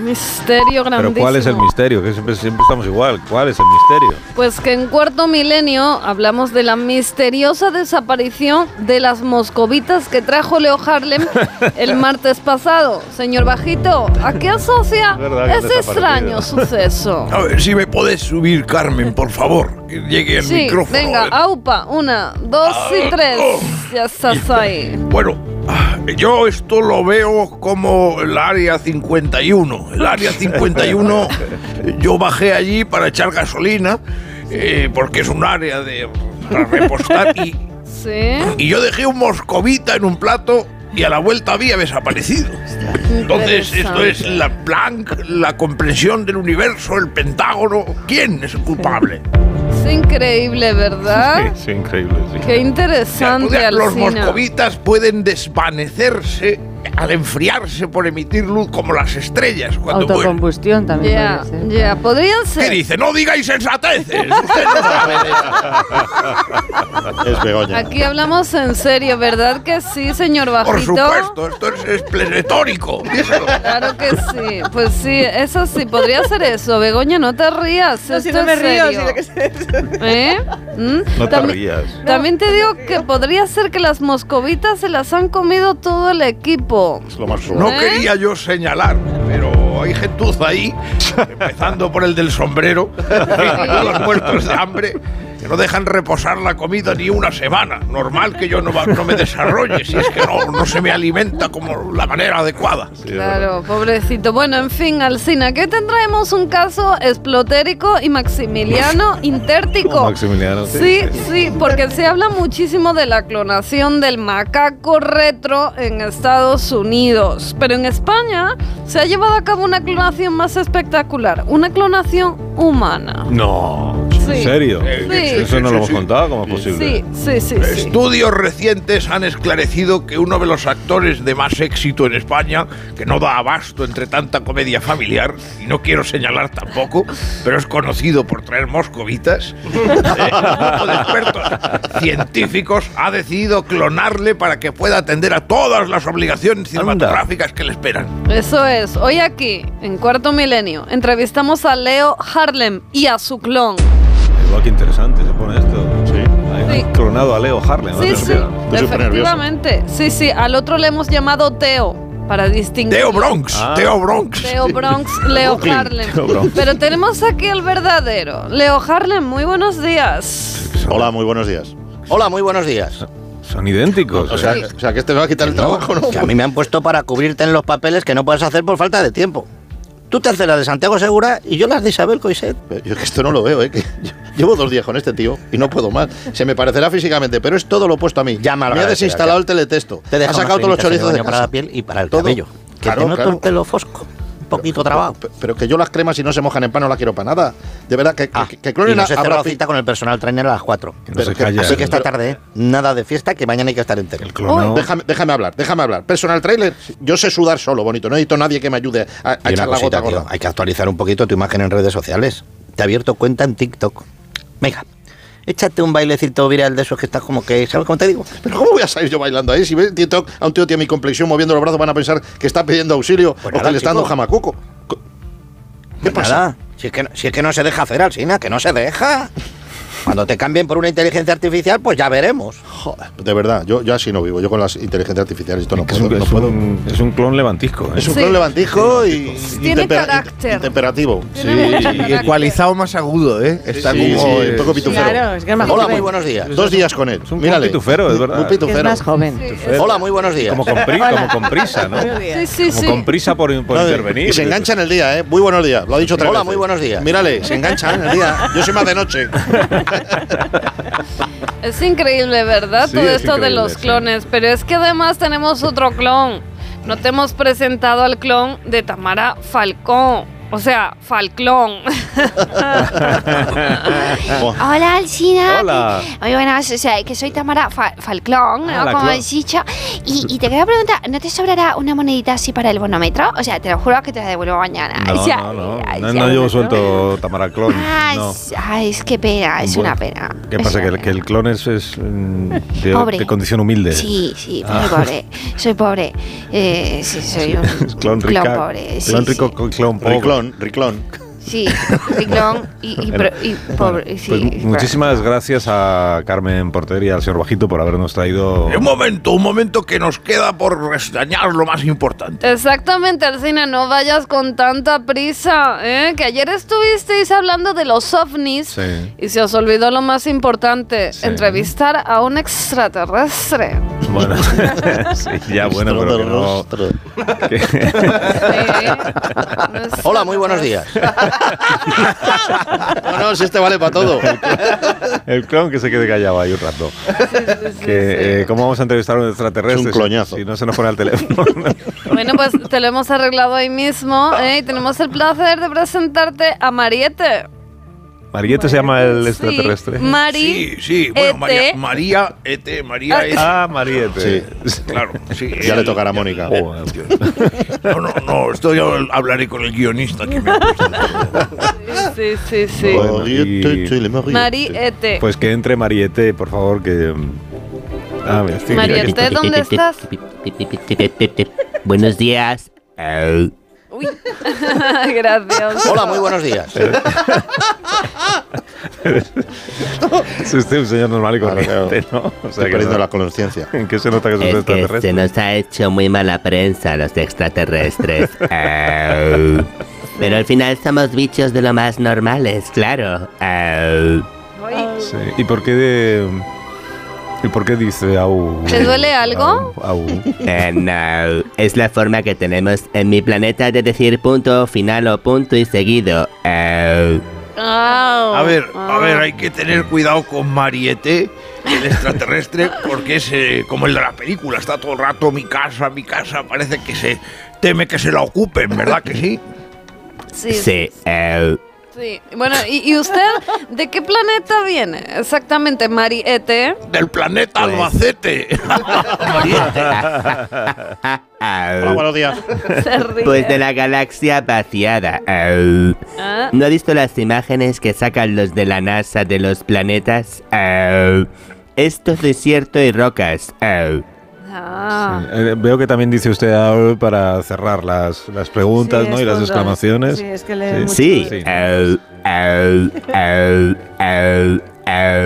Speaker 9: Misterio grandísimo.
Speaker 1: Pero ¿cuál es el misterio? Que siempre, siempre estamos igual. ¿Cuál es el misterio?
Speaker 9: Pues que en cuarto milenio hablamos de la misteriosa desaparición de las moscovitas que trajo Leo Harlem el martes pasado. Señor Bajito, ¿a qué asocia
Speaker 1: Es verdad que han
Speaker 9: ese extraño suceso?
Speaker 10: A ver, si me podés subir, Carmen, por favor. Que llegue el
Speaker 9: sí,
Speaker 10: micrófono.
Speaker 9: venga, aupa, una, dos y tres. Ya estás ahí.
Speaker 10: Bueno, ah, yo esto lo veo como el área 51. El área 51, yo bajé allí para echar gasolina, eh, porque es un área de para repostar. Y,
Speaker 9: Sí.
Speaker 10: y yo dejé un moscovita en un plato y a la vuelta había desaparecido. Entonces, esto es la Planck, la comprensión del universo, el Pentágono. ¿Quién es el culpable?
Speaker 9: Es increíble, ¿verdad?
Speaker 1: Sí, sí, increíble. sí.
Speaker 9: ¿Ah? Qué
Speaker 10: O sea,
Speaker 9: interesante,
Speaker 10: podrían- los
Speaker 9: Alsina.
Speaker 10: moscovitas pueden desvanecerse al enfriarse por emitir luz como las estrellas cuando vuelven.
Speaker 2: Autocombustión también.
Speaker 9: Ya,
Speaker 2: puede ser.
Speaker 9: ya, podrían
Speaker 10: ¿Qué
Speaker 9: ser.
Speaker 10: dice? No digáis sensateces. Usted no sabe de
Speaker 3: Es Begoña.
Speaker 9: Aquí hablamos en serio, ¿verdad que sí, señor Bajito?
Speaker 10: Por supuesto, esto es, es plenetórico. díselo.
Speaker 9: Claro que sí. Pues sí, eso sí, podría ser eso. Begoña, no te rías.
Speaker 2: No, si
Speaker 9: esto
Speaker 2: no me
Speaker 9: es
Speaker 2: río,
Speaker 9: serio.
Speaker 2: si lo que sé.
Speaker 9: ¿Eh? ¿Mm?
Speaker 1: No te
Speaker 9: También-
Speaker 1: rías.
Speaker 9: También te digo que podría ser que las moscovitas se las han comido todo el equipo.
Speaker 3: Es lo más suave.
Speaker 10: No
Speaker 9: ¿Eh?
Speaker 10: quería yo señalar, pero hay gentuza ahí, empezando por el del sombrero, los muertos de hambre, que no dejan reposar la comida ni una semana. Normal que yo no, va- no me desarrolle, si es que no, no se me alimenta como la manera adecuada.
Speaker 9: Claro, pobrecito. Bueno, en fin, Alcina, que hoy tendremos un caso esplotérico y maximiliano intértico.
Speaker 1: Oh, Maximiliano.
Speaker 9: Sí, sí, porque se habla muchísimo de la clonación del macaco retro en Estados Unidos, pero en España se ha llevado a cabo una clonación más espectacular, una clonación humana.
Speaker 1: No. ¿En
Speaker 9: Sí.
Speaker 1: serio?
Speaker 9: Sí.
Speaker 1: Eso no lo hemos
Speaker 10: Sí.
Speaker 1: contado, ¿cómo es posible?
Speaker 9: Sí, sí, sí. sí.
Speaker 10: Estudios recientes han esclarecido que uno de los actores de más éxito en España, que no da abasto entre tanta comedia familiar, y no quiero señalar tampoco, pero es conocido por traer moscovitas, eh, un grupo de expertos científicos ha decidido clonarle para que pueda atender a todas las obligaciones cinematográficas que le esperan.
Speaker 9: Eso es. Hoy aquí, en Cuarto Milenio, entrevistamos a Leo Harlem y a su clon.
Speaker 1: Igual que interesante se pone esto.
Speaker 3: Sí.
Speaker 1: Ahí
Speaker 9: Sí.
Speaker 1: han clonado a Leo Harlem.
Speaker 9: Sí,
Speaker 1: madre
Speaker 9: sí,
Speaker 1: mía.
Speaker 3: Estoy súper
Speaker 9: efectivamente. Sí, sí, al otro le hemos llamado Teo, para distinguir.
Speaker 10: Teo Bronx,
Speaker 1: Ah.
Speaker 10: Teo Bronx.
Speaker 9: Leo Bronx, Leo Harlem.
Speaker 1: Leo Bronx.
Speaker 9: Pero tenemos aquí al verdadero. Leo Harlem, muy buenos días.
Speaker 3: Hola, muy buenos días. Hola, muy buenos días.
Speaker 1: Son idénticos.
Speaker 11: O
Speaker 1: ¿eh?
Speaker 11: sea, o sea, que este me va a quitar el trabajo, ¿no? Que a mí me han puesto para cubrirte en los papeles que no puedes hacer por falta de tiempo. Tú te haces la de Santiago Segura y yo las de Isabel Coiset.
Speaker 3: Yo es que esto no lo veo, ¿eh? que yo- llevo dos días con este tío y no puedo más. Se me parecerá físicamente, pero es todo lo opuesto a mí.
Speaker 11: Ya me
Speaker 3: me ha
Speaker 11: agradecerá,
Speaker 3: desinstalado
Speaker 11: ya.
Speaker 3: el teletexto.
Speaker 11: Te deja
Speaker 3: ha sacado
Speaker 11: unas
Speaker 3: todos los
Speaker 11: cremitas
Speaker 3: chorizos de
Speaker 11: baño para
Speaker 3: casa.
Speaker 11: la piel y para el
Speaker 3: Todo.
Speaker 11: cabello. Que
Speaker 3: Claro,
Speaker 11: te noto
Speaker 3: claro.
Speaker 11: el pelo fosco. Un poquito trabado.
Speaker 3: Pero, pero que yo las cremas si no se mojan en pan no las quiero para nada. De verdad, que,
Speaker 11: Ah,
Speaker 3: que, que clonen
Speaker 11: y nos he
Speaker 3: a- a
Speaker 11: cerrado
Speaker 3: Brad Pitt.
Speaker 11: cita con el personal trainer a las 4.
Speaker 1: Que no
Speaker 3: pero
Speaker 1: se
Speaker 3: que-
Speaker 1: calla.
Speaker 11: Así que
Speaker 1: el-
Speaker 11: esta tarde, ¿eh? nada de fiesta, que mañana hay que estar entero.
Speaker 1: El clonado.
Speaker 3: Déjame, déjame hablar, déjame hablar. Personal trailer, yo sé sudar solo, bonito. No necesito nadie que me ayude a, a
Speaker 11: Y una
Speaker 3: echar la
Speaker 11: cosita,
Speaker 3: gota gorda.
Speaker 11: tío, hay que actualizar un poquito tu imagen en redes sociales. Te he abierto cuenta en TikTok. Venga, échate un bailecito viral de esos que estás como que, ¿sabes cómo te digo?
Speaker 3: Pero ¿cómo voy a salir yo bailando ahí? Si ves en TikTok a un tío tiene mi complexión moviendo los brazos, van a pensar que está pidiendo auxilio
Speaker 11: Pues
Speaker 3: o
Speaker 11: nada,
Speaker 3: que le está dando
Speaker 11: chico.
Speaker 3: jamacuco. Co- ¿Qué
Speaker 11: Pues
Speaker 3: pasa?
Speaker 11: nada, si es, que no, si es que no se deja hacer, Alsina, que no se deja. Cuando te cambien por una inteligencia artificial, pues ya veremos.
Speaker 3: Joder, de verdad, yo, yo así no vivo. Yo con las inteligencias artificiales esto no
Speaker 1: que es, un,
Speaker 3: puedo. no
Speaker 1: es,
Speaker 3: puedo.
Speaker 1: un, es un clon levantisco. ¿eh?
Speaker 3: Es un
Speaker 9: Sí.
Speaker 3: clon levantijo y, y
Speaker 9: Tiene
Speaker 3: tempera-
Speaker 9: carácter.
Speaker 3: y temperativo.
Speaker 9: Tiene mucho carácter.
Speaker 5: más agudo, ¿eh? Está
Speaker 3: Sí,
Speaker 5: como.
Speaker 3: sí, un poco pitufero. pues,
Speaker 2: Claro, es que es más
Speaker 11: Hola,
Speaker 2: joven.
Speaker 11: muy buenos días.
Speaker 3: Dos días con él.
Speaker 1: Es un
Speaker 3: Mírale.
Speaker 1: pitufero, es
Speaker 3: Un-
Speaker 1: verdad.
Speaker 3: Un
Speaker 1: Que
Speaker 2: Que es
Speaker 3: pitufero.
Speaker 2: más joven.
Speaker 11: Hola, muy buenos días.
Speaker 1: Como con, pri-
Speaker 2: Hola.
Speaker 1: como con prisa, ¿no?
Speaker 2: Buenos
Speaker 9: Sí,
Speaker 2: días.
Speaker 9: sí,
Speaker 1: Como
Speaker 9: sí.
Speaker 1: con prisa por, por
Speaker 3: No, de-
Speaker 1: intervenir.
Speaker 3: Y se engancha en el día, ¿eh? Muy buenos días. Lo ha dicho tres
Speaker 11: Hola,
Speaker 3: veces.
Speaker 11: muy buenos días.
Speaker 3: Mírale, se engancha en el día. Yo soy más de noche.
Speaker 9: Es increíble, ¿verdad?
Speaker 1: Sí,
Speaker 9: Todo
Speaker 1: es
Speaker 9: esto de
Speaker 1: increíble,
Speaker 9: los
Speaker 1: sí.
Speaker 9: clones. Pero es que además tenemos otro clon. No te hemos presentado al clon de Tamara Falcón. O sea, Falclón.
Speaker 2: Ah.
Speaker 12: Hola, Alcina.
Speaker 1: Hola.
Speaker 12: Muy buenas, o sea, que soy Tamara Fa- Falclón, ¿no?
Speaker 1: Hola,
Speaker 12: Como
Speaker 1: Clon.
Speaker 12: has dicho. Y, y te quería preguntar, ¿no te sobrará una monedita así para el bonómetro? O sea, te lo juro que te la devuelvo mañana.
Speaker 1: No,
Speaker 12: O sea,
Speaker 1: no, no.
Speaker 12: ay,
Speaker 1: No,
Speaker 12: ya,
Speaker 1: no llevo
Speaker 12: ¿no?
Speaker 1: suelto Tamara Clon.
Speaker 12: Ah,
Speaker 1: No.
Speaker 12: es, ay, es que pena, es
Speaker 1: Bueno,
Speaker 12: una pena.
Speaker 1: ¿Qué
Speaker 12: es
Speaker 1: pasa?
Speaker 12: una
Speaker 1: Que el,
Speaker 12: pena.
Speaker 1: que el clon es, es, mm, de,
Speaker 12: Pobre.
Speaker 1: de condición humilde.
Speaker 12: Sí, sí,
Speaker 1: Ah.
Speaker 12: muy pobre. Soy pobre. Eh, sí, soy un
Speaker 1: Es clon rica.
Speaker 12: pobre. Sí,
Speaker 1: Clon
Speaker 12: sí.
Speaker 1: rico, clon- clon pobre.
Speaker 3: Riclón, Riclón.
Speaker 12: Sí, riclón y, y pro- y pobre. Sí,
Speaker 1: Pues
Speaker 12: pobre.
Speaker 1: muchísimas gracias a Carmen Porter y al señor Bajito por habernos traído.
Speaker 10: Un momento, un momento que nos queda por restañar lo más importante.
Speaker 9: Exactamente, Alcina, no vayas con tanta prisa, ¿eh? que ayer estuvisteis hablando de los ovnis
Speaker 1: Sí.
Speaker 9: y se os olvidó lo más importante,
Speaker 1: Sí.
Speaker 9: entrevistar a un extraterrestre.
Speaker 1: Bueno, sí, ya bueno, pero que no.
Speaker 3: Rostro.
Speaker 9: ¿eh? No es-
Speaker 11: Hola, muy buenos días.
Speaker 3: No, no, si este vale para todo.
Speaker 1: El clon que se quede callado ahí un rato. Que, eh, ¿Cómo vamos a entrevistar a un extraterrestre?
Speaker 3: Es un
Speaker 1: si-
Speaker 3: cloñazo.
Speaker 1: Si, no se nos pone el teléfono.
Speaker 9: Bueno, pues te lo hemos arreglado ahí mismo ¿eh? y tenemos el placer de presentarte a Mariette.
Speaker 1: Mariette se llama el extraterrestre.
Speaker 9: Mari. E
Speaker 10: Sí, sí, bueno,
Speaker 9: ET.
Speaker 10: María, María ET, María ET.
Speaker 1: Ah, Mariette.
Speaker 10: Sí, claro, sí.
Speaker 3: Ya le
Speaker 10: tocará a Mónica.
Speaker 1: Oh,
Speaker 10: No, no, no, esto ya hablaré con el guionista que me
Speaker 9: Sí, sí, sí.
Speaker 1: Bueno, y-
Speaker 9: Mari E Ete.
Speaker 1: Pues que entre Mariette, por favor, que... mm, Ah, mira, estoy-
Speaker 9: Mariette, ¿dónde estás?
Speaker 13: Buenos días.
Speaker 9: Uy. Gracias.
Speaker 11: Hola, muy buenos días.
Speaker 1: Es usted un señor normal y corriente, ¿no? O
Speaker 13: Estoy perdiendo
Speaker 1: la conciencia. ¿En qué se nota que es usted
Speaker 13: Es que
Speaker 1: extraterrestre?
Speaker 13: se nos ha hecho muy mala prensa los extraterrestres. Au. Pero al final somos bichos de lo más normales, claro. Au.
Speaker 1: Sí. ¿Y por qué de... ¿Y por qué dice au?
Speaker 9: ¿Te duele algo?
Speaker 1: Au.
Speaker 13: Eh, no, es la forma que tenemos en mi planeta de decir punto, final o punto y seguido. Eh, Au.
Speaker 10: A ver, a ver, hay que tener cuidado con Mariette, el extraterrestre, porque es eh, como el de la película, está todo el rato mi casa, mi casa, parece que se teme que se la ocupen, ¿verdad que sí?
Speaker 9: Sí.
Speaker 13: Sí, au.
Speaker 9: sí. Bueno, ¿y, y usted de qué planeta viene? Exactamente, Mari Ete.
Speaker 10: Del planeta Albacete.
Speaker 13: Au.
Speaker 10: días.
Speaker 9: Se ríe.
Speaker 13: eh. Pues de la galaxia vaciada. Au.
Speaker 9: Ah.
Speaker 13: ¿No ha visto las imágenes que sacan los de la NASA de los planetas? Au. Esto es desierto y rocas. Eh. Au.
Speaker 9: Ah.
Speaker 1: Eh, veo que también dice usted au para cerrar las, las preguntas,
Speaker 2: Sí,
Speaker 1: ¿no?
Speaker 2: es
Speaker 1: Y las
Speaker 2: cuando-
Speaker 1: exclamaciones.
Speaker 2: sí, es que lee mucho.
Speaker 13: Sí. Au, au, au, au,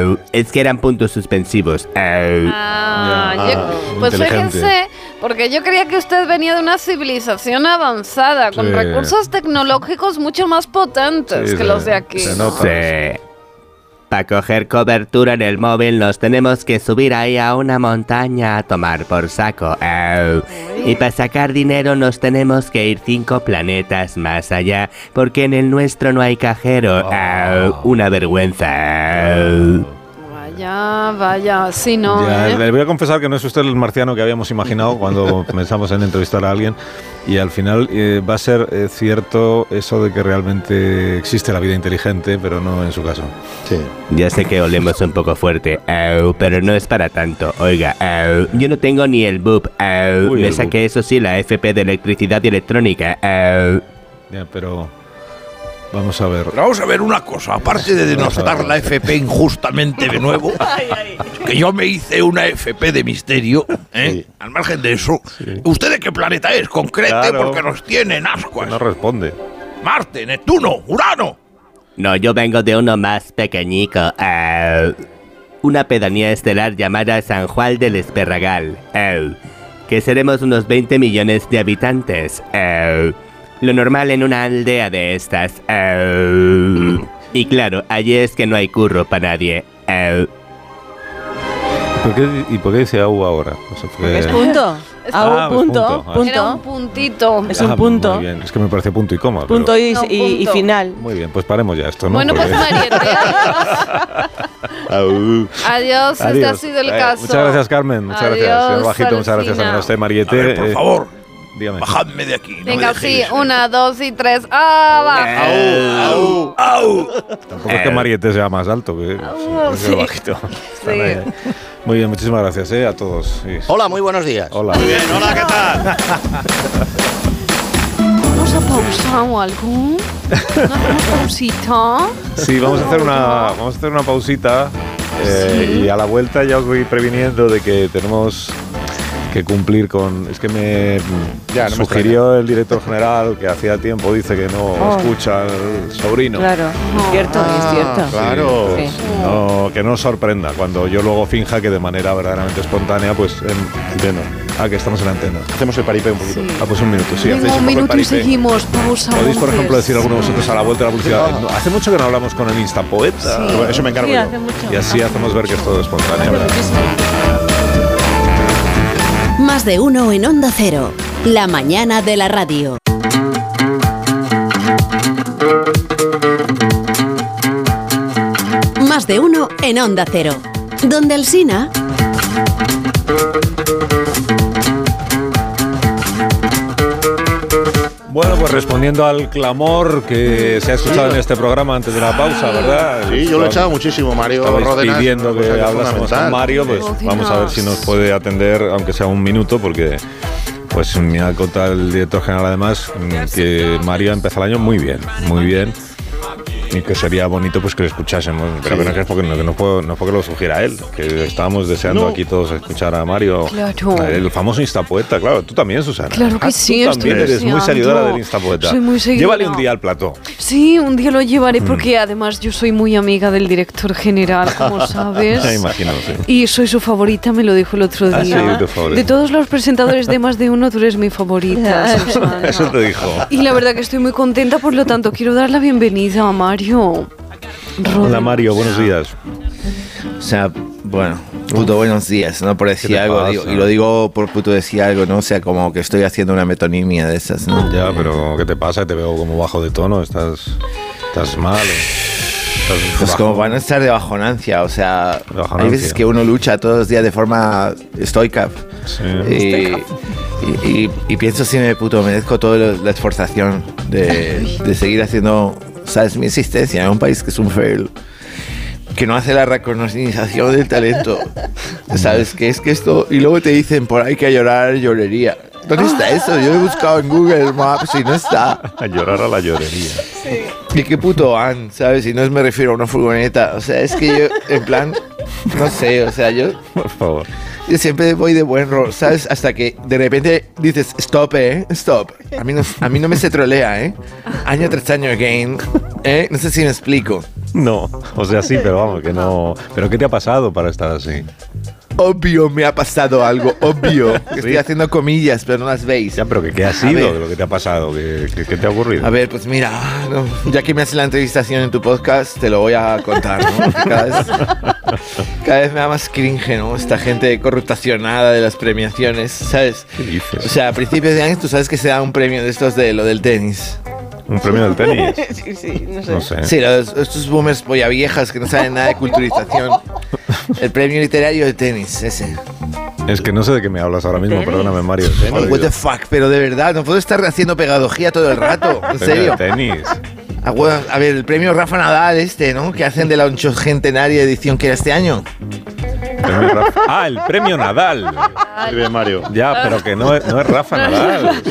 Speaker 13: au. Es que eran puntos suspensivos. Au.
Speaker 9: Ah, yo- pues fíjense, porque yo creía que usted venía de una civilización avanzada,
Speaker 13: Sí.
Speaker 9: con recursos tecnológicos mucho más potentes que los de aquí.
Speaker 13: Para coger cobertura en el móvil nos tenemos que subir ahí a una montaña a tomar por saco. Au. Y para sacar dinero nos tenemos que ir cinco planetas más allá, porque en el nuestro no hay cajero. Au. Una vergüenza. Au.
Speaker 9: Vaya, vaya, sí, no.
Speaker 1: Ya,
Speaker 9: ¿eh?
Speaker 1: le voy a confesar que no es usted el marciano que habíamos imaginado cuando pensamos en entrevistar a alguien y al final eh, va a ser eh, cierto eso de que realmente existe la vida inteligente, pero no en su caso.
Speaker 13: Sí. Ya sé que olemos un poco fuerte, au, pero no es para tanto. Oiga, au, yo no tengo ni el BUP. au,
Speaker 1: Uy,
Speaker 13: me
Speaker 1: el
Speaker 13: saqué, eso sí, la FP de electricidad y electrónica. au.
Speaker 1: Ya, pero vamos a ver.
Speaker 10: Pero vamos a ver una cosa, aparte de denostar la FP injustamente de nuevo, que yo me hice una FP de misterio, ¿eh? al margen de eso, ¿usted de qué planeta es? Concrete,
Speaker 1: Claro.
Speaker 10: porque nos tienen ascuas.
Speaker 1: No responde.
Speaker 10: Marte, Neptuno, Urano.
Speaker 13: No, yo vengo de uno más pequeñico. au. Una pedanía estelar llamada San Juan del Esperragal. au, Que seremos unos 20 millones de habitantes. au. Lo normal en una aldea de estas. au. Y claro, allí es que no hay curro para nadie. au.
Speaker 1: ¿Por qué- ¿Y por qué dice au ahora? O sea, porque-
Speaker 2: Es punto.
Speaker 9: Es-
Speaker 2: Hago
Speaker 1: Ah, es
Speaker 2: punto.
Speaker 1: punto, ah.
Speaker 9: Este, Era
Speaker 2: Punto.
Speaker 9: un puntito.
Speaker 2: Es un
Speaker 1: Ah,
Speaker 2: punto.
Speaker 1: Muy bien, es que me parece punto y coma. pero-
Speaker 2: Punto y,
Speaker 9: No,
Speaker 2: y- y
Speaker 9: punto.
Speaker 2: final.
Speaker 1: Muy bien, pues paremos ya esto, ¿no?
Speaker 9: Bueno, pues
Speaker 1: Porque-
Speaker 9: Mariette,
Speaker 1: Au.
Speaker 9: adiós, este ha
Speaker 1: Adiós.
Speaker 9: sido el
Speaker 1: Eh,
Speaker 9: caso.
Speaker 1: Muchas gracias, Carmen. Muchas gracias, señor
Speaker 9: Adiós,
Speaker 1: Bajito. Muchas gracias
Speaker 9: Alcina.
Speaker 1: también a usted, Mariette.
Speaker 10: A ver, por
Speaker 1: Eh,
Speaker 10: favor.
Speaker 1: dígame.
Speaker 10: Bajadme de aquí.
Speaker 9: Venga, sí, una, dos y tres. ¡ah! ¡Abajo!
Speaker 10: Au, au.
Speaker 1: eh, Tampoco es que Mariette sea más alto que
Speaker 9: Au,
Speaker 1: que sea
Speaker 9: sí.
Speaker 1: bajito. Están ahí, eh. Muy bien, muchísimas gracias eh, a todos. Sí.
Speaker 11: Hola, muy buenos días.
Speaker 1: Hola.
Speaker 11: hola, ¿qué tal?
Speaker 9: Vamos a pausar o algo. Una pausita.
Speaker 1: Sí, vamos a hacer una, vamos a hacer una pausita eh, y a la vuelta ya os voy previniendo de que tenemos que cumplir con... Es que me
Speaker 3: Ya, no me
Speaker 1: sugirió el director general que hacía tiempo, dice que no
Speaker 2: Oh.
Speaker 1: escucha al sobrino.
Speaker 2: Claro, es cierto, Ah, es cierto.
Speaker 1: Ah, Claro.
Speaker 2: Sí.
Speaker 1: No, que no os sorprenda cuando yo luego finja que de manera verdaderamente espontánea, pues en, Ah, que estamos en la antena. Hacemos el paripé un poquito. Ah, pues un minuto, sí. hacéis
Speaker 4: Venga, un
Speaker 1: poco el
Speaker 4: minuto y
Speaker 1: paripé.
Speaker 4: seguimos. Pausa.
Speaker 1: Podéis, por
Speaker 4: hombres.
Speaker 1: ejemplo, decir alguno de vosotros a la vuelta de la publicidad. "No, hace mucho que no hablamos con el Instapoeta.
Speaker 3: Bueno, eso me encargo Sí, yo. hace
Speaker 1: Y así hacemos ver que es todo espontáneo.
Speaker 8: Más de uno en Onda Cero. La mañana de la radio. Más de uno en Onda Cero. Donde el Sina.
Speaker 1: Bueno, pues respondiendo al clamor que se ha escuchado en este programa antes de la pausa, ¿verdad?
Speaker 3: Sí, yo lo echaba muchísimo, Mario
Speaker 1: Estabais
Speaker 3: Ródenas,
Speaker 1: pidiendo
Speaker 3: una
Speaker 1: que
Speaker 3: cosa que es
Speaker 1: hablásemos
Speaker 3: fundamental.
Speaker 1: con Mario, pues
Speaker 3: Ródenas.
Speaker 1: vamos a ver si nos puede atender, aunque sea un minuto, porque pues me ha contado el director general además mm, que Mario empezó el año muy bien, muy bien. Y que sería bonito pues que lo escuchásemos, pero que no es porque no, que no fue, no fue que lo sugiera él, que estábamos deseando
Speaker 9: No.
Speaker 1: aquí todos escuchar a Mario,
Speaker 9: Claro.
Speaker 1: a el famoso instapoeta, claro, tú también Susana.
Speaker 9: Claro que
Speaker 1: Ah,
Speaker 9: sí,
Speaker 1: tú
Speaker 9: estoy
Speaker 1: también eres muy
Speaker 9: deseando.
Speaker 1: seguidora del instapoeta.
Speaker 9: Soy muy seguidora.
Speaker 1: Llévale un día al plató.
Speaker 9: Sí, un día lo llevaré porque
Speaker 1: Mm.
Speaker 9: además yo soy muy amiga del director general, como
Speaker 1: Me
Speaker 9: sabes.
Speaker 1: imagino, sí.
Speaker 9: Y soy su favorita, me lo dijo el otro
Speaker 1: Ah,
Speaker 9: día.
Speaker 1: sí, tu favorita.
Speaker 9: de todos los presentadores de más de uno, tú eres mi favorita. Susana.
Speaker 1: Eso te dijo.
Speaker 9: Y la verdad que estoy muy contenta, por lo tanto quiero dar la bienvenida a Mario.
Speaker 1: Hola Mario, buenos días.
Speaker 5: O sea, bueno, puto, buenos días, ¿no? Por
Speaker 1: ¿Qué
Speaker 5: decir
Speaker 1: te
Speaker 5: algo,
Speaker 1: pasa?
Speaker 5: digo- y lo digo por puto decir algo, ¿no? O sea, como que estoy haciendo una metonimia de esas, ¿no?
Speaker 1: Ya, pero ¿qué te pasa? Te veo como bajo de tono, estás, estás mal. o estás
Speaker 5: Pues
Speaker 1: bajo.
Speaker 5: como van a estar de bajonancia, o sea, hay veces que uno lucha todos los días de forma estoica. Y, y, y- y pienso si me puto merezco toda la esforzación de, de seguir haciendo, sabes, mi existencia en un país que es un fail, que no hace la reconocimiento del talento. ¿Sabes qué es que esto? Y luego te dicen por ahí que llorar llorería. ¿Dónde está eso? Yo lo he buscado en Google Maps y no está.
Speaker 1: A llorar a la llorería.
Speaker 5: ¿Y qué puto van? ¿Sabes? Y no es- me refiero a una furgoneta. O sea, es que yo, en plan, no sé, o sea, yo.
Speaker 1: Por favor.
Speaker 5: Yo siempre voy de buen rol, ¿sabes? Hasta que de repente dices, stop, ¿eh? Stop. A mí no, a mí no me se trolea, ¿eh? Año tras año again. ¿Eh? No sé si me explico.
Speaker 1: No, o sea, sí, pero vamos, que no. ¿Pero qué te ha pasado para estar así?
Speaker 5: Obvio me ha pasado algo, obvio. Estoy haciendo comillas, pero no las veis. Ya,
Speaker 1: pero que ¿Qué ha sido lo que te ha pasado? ¿Qué, qué- qué te ha ocurrido?
Speaker 5: A ver, pues mira, no, ya que me haces la entrevistación en tu podcast, te lo voy a contar, ¿no? Cada vez, cada vez me da más cringe, ¿no? Esta gente corruptacionada de las premiaciones, ¿sabes? O sea, a principios de año tú sabes que se da un premio de estos de lo del tenis.
Speaker 1: ¿Un premio del tenis?
Speaker 2: sí, sí, no sé.
Speaker 1: No sé.
Speaker 5: Sí, los- estos boomers polla viejas que no saben nada de culturización. El premio literario de tenis, ese.
Speaker 1: Es que no sé de qué me hablas ahora mismo, perdóname, Mario. se me
Speaker 5: Oh, what
Speaker 1: olvidó.
Speaker 5: the fuck, pero de verdad, no puedo estar haciendo pedagogía todo el rato,
Speaker 1: Premio
Speaker 5: en
Speaker 1: del
Speaker 5: serio.
Speaker 1: tenis.
Speaker 5: Ah, bueno, A ver, el premio Rafa Nadal este, ¿no? Que hacen de la onchogentenaria edición que era este año.
Speaker 1: Premio Rafa- Ah, el premio Nadal. Muy bien, Mario. Ya, pero que no es, no es Rafa
Speaker 5: No es
Speaker 1: Nadal.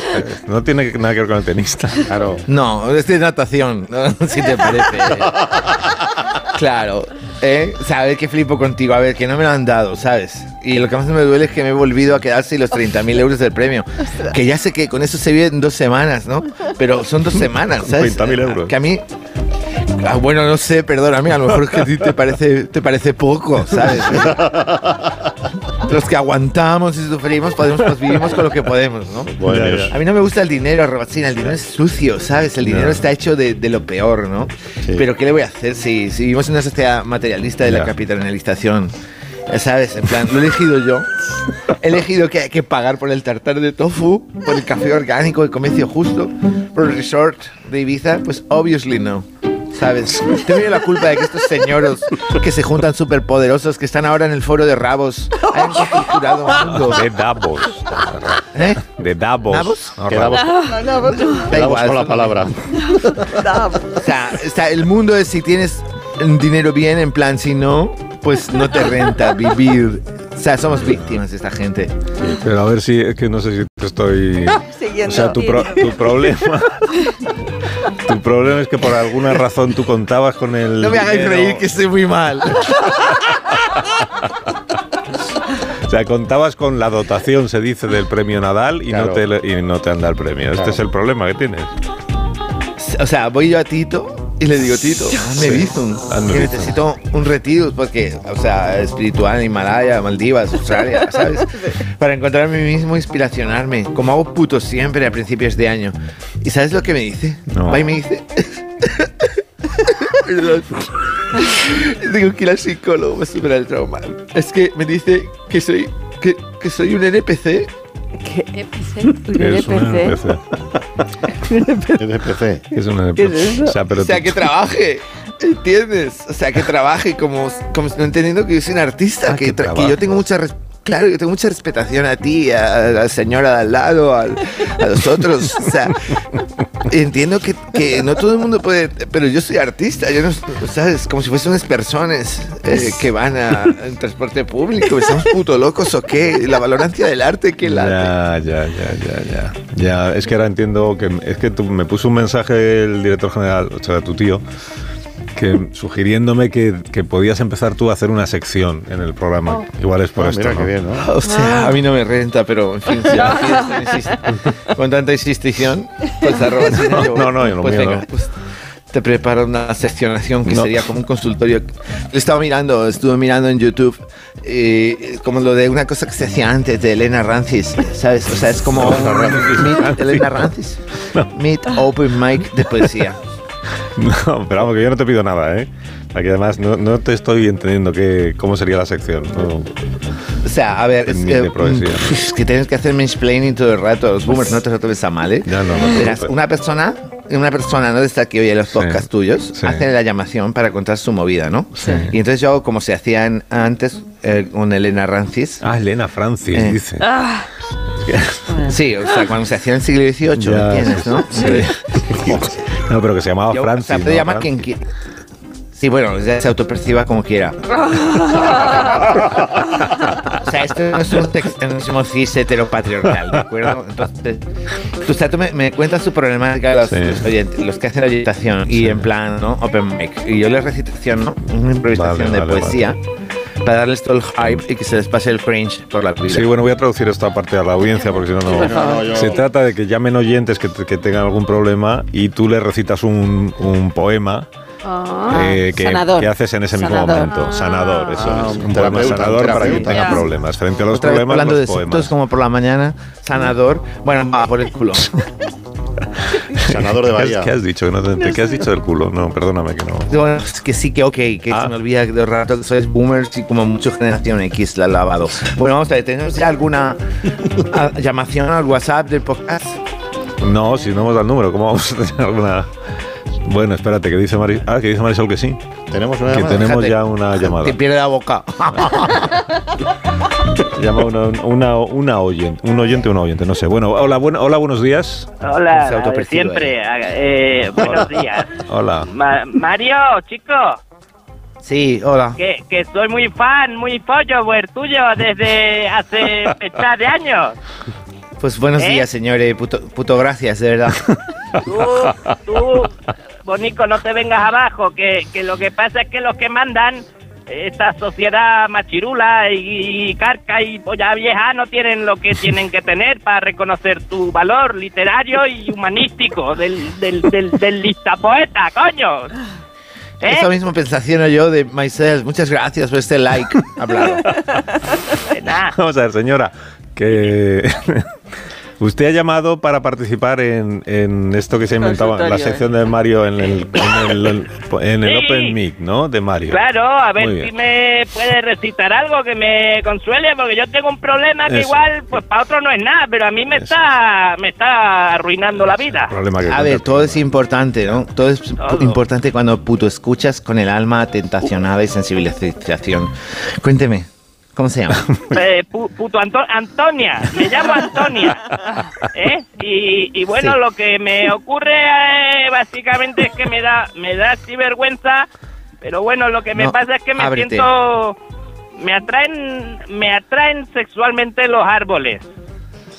Speaker 1: No tiene nada que ver con el tenista. Claro.
Speaker 5: No, es de natación, ¿no? si te parece. claro. ¿eh? O sea, a ver qué flipo contigo, a ver, que no me lo han dado, ¿sabes? Y lo que más me duele es que me he volvido a quedar sin los 30.000 euros del premio. Que ya sé que con eso se vive en dos semanas, ¿no? Pero son dos semanas, ¿sabes? Eh,
Speaker 1: 30.000 euros.
Speaker 5: Que a mí... ah, bueno, no sé, perdóname, a lo mejor es que a ti te parece, te parece poco, ¿sabes? Los que aguantamos y sufrimos, podemos, pues vivimos con lo que podemos, ¿no?
Speaker 3: Bueno, ya, ya.
Speaker 5: A mí no me gusta el dinero, Robacina, el dinero es sucio, ¿sabes? El dinero
Speaker 3: No.
Speaker 5: está hecho de, de lo peor, ¿no? Pero ¿qué le voy a hacer si, si vivimos en una sociedad materialista de
Speaker 3: Ya.
Speaker 5: la capitalización? Ya ¿Sabes? En plan, lo he elegido yo. He elegido que hay que pagar por el tartar de tofu, por el café orgánico de comercio justo, por el resort de Ibiza. Pues, obviously no. ¿Sabes? Tengo yo la culpa de que estos señoros que se juntan superpoderosos, que están ahora en el foro de rabos, hayan configurado un mundo.
Speaker 1: De Davos.
Speaker 5: ¿Eh?
Speaker 1: De Davos.
Speaker 5: ¿Davos?
Speaker 1: No,
Speaker 5: ¿Qué
Speaker 1: Davos.
Speaker 2: No, no, vos no.
Speaker 5: Da igual,
Speaker 1: con la
Speaker 5: son-
Speaker 1: palabra.
Speaker 5: O sea, está- el mundo es si tienes el dinero bien, en plan, si no, pues no te renta vivir. O sea, somos víctimas de esta gente.
Speaker 1: Pero a ver si, es que no sé si te estoy... O
Speaker 2: Siguiendo.
Speaker 1: sea, tu, pro- tu problema... tu problema es que por alguna razón tú contabas con el...
Speaker 5: No me hagáis
Speaker 1: dinero-
Speaker 5: reír que estoy muy mal.
Speaker 1: O sea, contabas con la dotación, se dice, del premio Nadal y, no,
Speaker 5: Claro.
Speaker 1: te, le- y no te han dado el premio. Este
Speaker 5: Claro.
Speaker 1: es el problema que tienes.
Speaker 5: O sea, voy yo a Tito y le digo, Tito,
Speaker 1: Sí,
Speaker 5: hazme visum.
Speaker 1: hazme
Speaker 5: Que
Speaker 1: visum.
Speaker 5: necesito un retiro, porque, o sea, espiritual, Himalaya, Maldivas, Australia, ¿sabes? Para encontrarme a mí mismo, inspiracionarme, como hago puto siempre a principios de año. ¿Y sabes lo que me dice?
Speaker 1: No.
Speaker 5: Va y me dice... Perdón. Tengo que ir al psicólogo para superar el trauma. Es que me dice que soy, que, que soy un NPC.
Speaker 2: ¿Qué?
Speaker 1: Es un
Speaker 2: NPC.
Speaker 1: NPC.
Speaker 3: NPC.
Speaker 1: Es un NPC.
Speaker 5: ¿Qué es eso?
Speaker 1: O sea, pero
Speaker 5: o sea
Speaker 1: tú-
Speaker 5: que trabaje, ¿entiendes? O sea, que trabaje como, como no entendiendo que yo soy un artista, que, tra- que
Speaker 1: Ah, trabaje.
Speaker 5: yo tengo mucha res- Claro, yo tengo mucha respetación a ti, a la señora de al lado, al- a los otros. O sea, entiendo que, que no todo el mundo puede, pero yo soy artista, yo no, ¿sabes? Como si fuesen unas personas eh, que van a, en transporte público, ¿estamos puto locos o qué? La valorancia del arte, que la...
Speaker 1: Ya, ya, ya, ya, ya. Ya, es que ahora entiendo que es que tú- me puso un mensaje el director general, o sea, tu tío, que sugiriéndome que, que podías empezar tú a hacer una sección en el programa. Igual es por
Speaker 5: Ah,
Speaker 1: esto.
Speaker 5: mira
Speaker 1: ¿no?
Speaker 5: qué bien, O sea, a mí no me renta, pero en fin, si así es, tan insist- con tanta insistición, pues arroba
Speaker 1: No, no, no, yo no
Speaker 5: pues
Speaker 1: mío,
Speaker 5: venga,
Speaker 1: no.
Speaker 5: pues te preparo una seccionación que
Speaker 1: No.
Speaker 5: sería como un consultorio. Lo estaba mirando, estuve mirando en YouTube, eh, como lo de una cosa que se hacía antes de Elena Rancis, ¿sabes? O sea, es como Meet Elena Rancis, Meet Open Mic de poesía.
Speaker 1: No, pero vamos, que yo no te pido nada, ¿eh? Aquí además no, no te estoy entendiendo que, cómo sería la sección. no.
Speaker 5: O sea, a ver, es,
Speaker 1: Ni de poesía.
Speaker 5: es que tienes que hacer mansplaining todo el rato. Los boomers no te lo tomes a mal, ¿eh?
Speaker 1: no te
Speaker 5: Verás,
Speaker 1: preocupes.
Speaker 5: una persona, una persona no de esta que oye los podcasts tuyos, hacen la llamación para contar su movida, ¿no?
Speaker 1: Sí.
Speaker 5: Y entonces yo hago como se hacían antes eh, con Elena Rancis. Eh. Ah.
Speaker 1: Ah, Elena Francis, dice.
Speaker 8: 아,
Speaker 5: Sí, o sea, cuando se hacía en el siglo XVIII,
Speaker 1: Ya,
Speaker 5: ¿me entiendes,
Speaker 1: sí,
Speaker 5: no?
Speaker 1: sí. No, pero que se llamaba
Speaker 5: Yo-
Speaker 1: Francis.
Speaker 5: o sea, puede
Speaker 1: ¿no?
Speaker 5: llamar quien quiera. Sí, bueno, ya se autoperciba como quiera. O sea, esto no es un texanismo cis heteropatriarcal, ¿de acuerdo? Entonces, tú, o sea, tú me, me cuentas tu problemática a los, los oyentes, los que hacen la agitación y en plan, ¿no? Open mic. Y yo les recitaciono una
Speaker 1: Vale,
Speaker 5: improvisación de
Speaker 1: vale,
Speaker 5: poesía para darles todo el hype y que se les pase el cringe por la vida.
Speaker 1: Sí, bueno, voy a traducir esta parte a la audiencia porque si no,
Speaker 5: Sí,
Speaker 1: no.
Speaker 5: por favor.
Speaker 1: Se trata de que llamen oyentes que, que tengan algún problema y tú le recitas un, un poema
Speaker 5: Ah,
Speaker 1: eh, que,
Speaker 2: Ah. sanador.
Speaker 1: que haces en ese mismo
Speaker 2: Sanador.
Speaker 1: momento. Sanador, eso es. Ah, Un poema
Speaker 5: terapeuta,
Speaker 1: sanador para que
Speaker 5: terapeuta.
Speaker 1: tenga problemas. Frente a los
Speaker 5: Otra vez
Speaker 1: problemas,
Speaker 5: hablando
Speaker 1: los
Speaker 5: de
Speaker 1: poemas.
Speaker 5: poemas. como por la mañana, sanador. Bueno, va por el culo.
Speaker 1: ¿Qué has- ¿Qué has dicho? Que no te ent- ¿Qué has dicho del culo? No, perdóname que no.
Speaker 5: Bueno, es que sí, que ok, que se me olvida de rato que sois boomers y como mucho generación X la ha lavado. Bueno, vamos a ver, ¿tenemos ya alguna ah, llamación al WhatsApp del podcast?
Speaker 1: No, si no hemos dado el número, ¿cómo vamos a tener alguna...? Bueno, espérate, que dice Marisol, ah, que dice Marisol que sí.
Speaker 3: Tenemos
Speaker 1: Que tenemos ya una llamada.
Speaker 5: Te pierde la boca.
Speaker 1: Llama una, una, una oyente, un oyente, una oyente, no sé. Bueno, hola, buen- hola buenos días.
Speaker 14: Hola,
Speaker 1: Se
Speaker 14: la de
Speaker 1: autopercibe
Speaker 14: siempre. Eh, buenos días.
Speaker 1: Hola.
Speaker 14: Ma- Mario, chico,
Speaker 5: Sí, hola.
Speaker 14: que, que soy muy fan, muy pollo, güey, tuyo desde hace fecha de años.
Speaker 5: Pues buenos
Speaker 14: ¿Eh?
Speaker 5: días, señores. Puto, puto gracias, de verdad.
Speaker 14: Tú, tú, Bonico, no te vengas abajo, que, que lo que pasa es que los que mandan esta sociedad machirula y, y carca y polla vieja no tienen lo que tienen que tener para reconocer tu valor literario y humanístico del, del, del, del lista poeta, coño. ¿Eh?
Speaker 5: Esa misma pensación yo de myself. Muchas gracias por este like. Hablado.
Speaker 1: Vamos a ver, señora, que usted ha llamado para participar en, en esto que se inventaba, la
Speaker 14: Consultorio, ¿eh?
Speaker 1: sección de Mario en el, en el- en el
Speaker 14: Sí.
Speaker 1: Open Mic, ¿no? De Mario.
Speaker 14: Claro, a
Speaker 1: Muy
Speaker 14: ver
Speaker 1: bien.
Speaker 14: si me puede recitar algo que me consuele, porque yo tengo un problema que
Speaker 1: Eso.
Speaker 14: igual, pues para otro no es nada, pero a mí me está me está arruinando la vida.
Speaker 5: A ver, todo es importante, ¿no? Todo es importante cuando puto escuchas con el alma tentacionada y sensibilización. Cuénteme, ¿cómo se llama?
Speaker 14: Eh, pu- puto Anto- Antonia, me llamo Antonia. ¿eh? Y, y bueno,
Speaker 5: Sí.
Speaker 14: lo que me ocurre eh, básicamente es que me da me da así vergüenza, pero bueno, lo que me
Speaker 5: No,
Speaker 14: pasa es que me
Speaker 5: ábrete.
Speaker 14: siento me atraen me atraen sexualmente los árboles.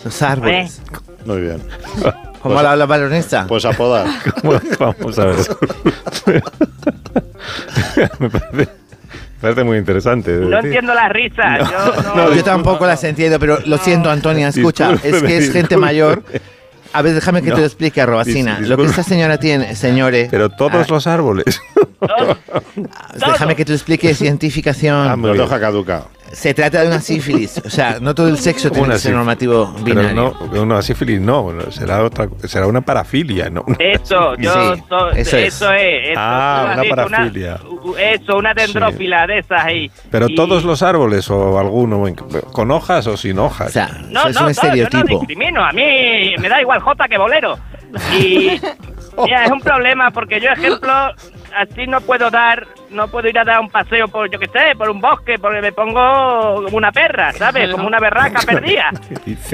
Speaker 5: Los árboles.
Speaker 14: Eh.
Speaker 3: Muy bien.
Speaker 5: ¿Cómo la habla balonesa?
Speaker 3: Pues apodar.
Speaker 1: Vamos a ver. me, parece, me parece muy interesante.
Speaker 14: No entiendo las risas. yo no-
Speaker 5: yo tampoco las entiendo, pero lo siento, Antonia, escucha,
Speaker 1: Discúlpeme,
Speaker 5: es que es gente
Speaker 1: discúlpeme.
Speaker 5: mayor. A ver, déjame que
Speaker 1: No.
Speaker 5: te lo explique, Arrobacina.
Speaker 1: Dis-
Speaker 5: Lo que
Speaker 1: disculpe.
Speaker 5: esta señora tiene, señores.
Speaker 1: Pero todos los árboles.
Speaker 5: Déjame que te lo
Speaker 1: Ah,
Speaker 5: explique, cientificación.
Speaker 1: muy bien. Roja
Speaker 3: caduca.
Speaker 5: Se trata de una sífilis. O sea, no todo el sexo
Speaker 1: Como
Speaker 5: tiene que ser
Speaker 1: sífilis.
Speaker 5: normativo
Speaker 1: Pero
Speaker 5: binario.
Speaker 1: no, una sífilis no, no, será, otra, será una parafilia, ¿no?
Speaker 14: Eso, yo,
Speaker 1: Sí,
Speaker 14: so-
Speaker 1: eso
Speaker 14: eso,
Speaker 1: es.
Speaker 14: es. eso.
Speaker 1: Ah, una
Speaker 14: Sí,
Speaker 1: parafilia.
Speaker 14: u- eso, una dendrófila de esas ahí.
Speaker 1: Pero
Speaker 14: Y-
Speaker 1: todos los árboles o alguno, en- con hojas o sin hojas. O sea,
Speaker 14: No, no, No, yo no discrimino, a mí me da igual Jota que bolero. Y mira, es un problema porque yo, ejemplo, así no puedo dar no puedo ir a dar un paseo por, yo qué sé, por un bosque, porque me pongo como una perra, ¿sabes? Como una berraca perdida.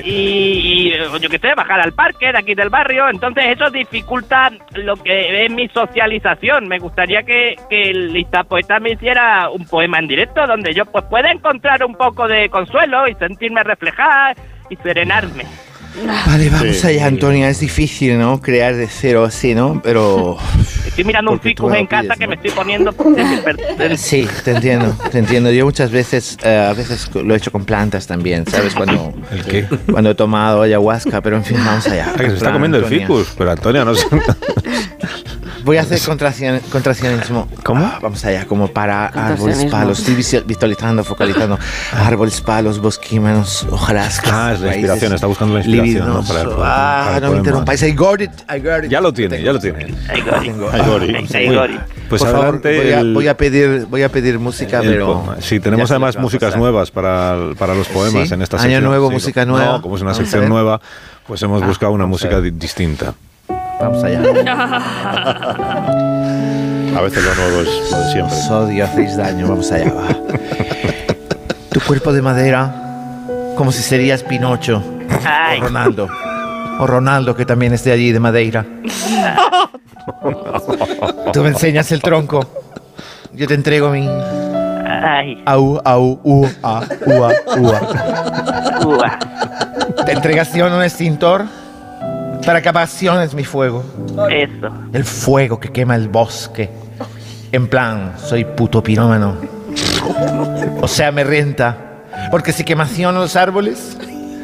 Speaker 14: Y, y, yo qué sé, bajar al parque de aquí del barrio. Entonces eso dificulta lo que es mi socialización. Me gustaría que, que el listapoeta me hiciera un poema en directo donde yo pues pueda encontrar un poco de consuelo y sentirme reflejada y serenarme.
Speaker 5: Vale, vamos allá, Antonia. Es difícil, ¿no? Crear de cero así, ¿no? Pero.
Speaker 14: Estoy mirando un
Speaker 5: Porque tú
Speaker 14: ficus
Speaker 5: me lo
Speaker 14: en casa
Speaker 5: pides,
Speaker 14: que
Speaker 5: ¿no?
Speaker 14: me estoy poniendo...
Speaker 5: Sí, te entiendo, te entiendo. Yo muchas veces, eh, a veces lo he hecho con plantas también, ¿sabes? Cuando,
Speaker 1: ¿El qué?
Speaker 5: cuando he tomado ayahuasca, pero en fin, vamos allá.
Speaker 1: Ah, que se está
Speaker 5: Plan,
Speaker 1: comiendo el
Speaker 5: Antonia.
Speaker 1: ficus, pero Antonia no se...
Speaker 5: Voy a hacer contraccion- contraccionismo. ¿Cómo? vamos allá, como para árboles,
Speaker 1: Contraccionismo.
Speaker 5: palos. Estoy visi- visualizando, focalizando. Árboles, palos, bosquímenos, hojarascas.
Speaker 1: Ah, es la inspiración, está buscando la inspiración, ¿no? Para el-
Speaker 5: libidinoso.
Speaker 1: para el
Speaker 5: ah, no
Speaker 1: poema.
Speaker 5: me interrumpáis. I got it, I got it.
Speaker 1: Ya lo tiene, ya lo tiene.
Speaker 5: Tengo.
Speaker 1: Ay, Gori.
Speaker 5: Ah,
Speaker 1: Ay,
Speaker 5: sí.
Speaker 1: Gori. Pues
Speaker 5: Por favor,
Speaker 1: adelante
Speaker 5: voy, a,
Speaker 1: el-
Speaker 5: voy a pedir, voy a pedir música,
Speaker 1: El
Speaker 5: pero.
Speaker 1: poema. Sí, tenemos
Speaker 5: ya sé
Speaker 1: además
Speaker 5: lo que va a
Speaker 1: músicas
Speaker 5: pasar.
Speaker 1: nuevas para, el- para los poemas
Speaker 5: ¿Sí?
Speaker 1: en esta
Speaker 5: Año
Speaker 1: sección.
Speaker 5: nuevo,
Speaker 1: Sí,
Speaker 5: música
Speaker 1: no,
Speaker 5: nueva.
Speaker 1: como es una
Speaker 5: Vamos a
Speaker 1: sección
Speaker 5: ver.
Speaker 1: nueva, pues hemos
Speaker 5: Ah,
Speaker 1: buscado una
Speaker 5: vamos a
Speaker 1: música
Speaker 5: ver.
Speaker 1: di- distinta.
Speaker 5: Vamos allá.
Speaker 3: A veces lo nuevo es lo de siempre.
Speaker 5: Os odio, hacéis daño, vamos Pues allá. va. tu cuerpo de madera, como si serías Pinocho o Ronaldo. O Ronaldo, que también es de allí, de Madeira. Tú me enseñas el tronco. Yo te entrego mi. Au, au, u, a, ua, ua. Te entregación un extintor para que apasiones mi fuego.
Speaker 14: Eso.
Speaker 5: El fuego que quema el bosque. En plan, soy puto pirómano. O sea, me renta. Porque si quemaciono los árboles,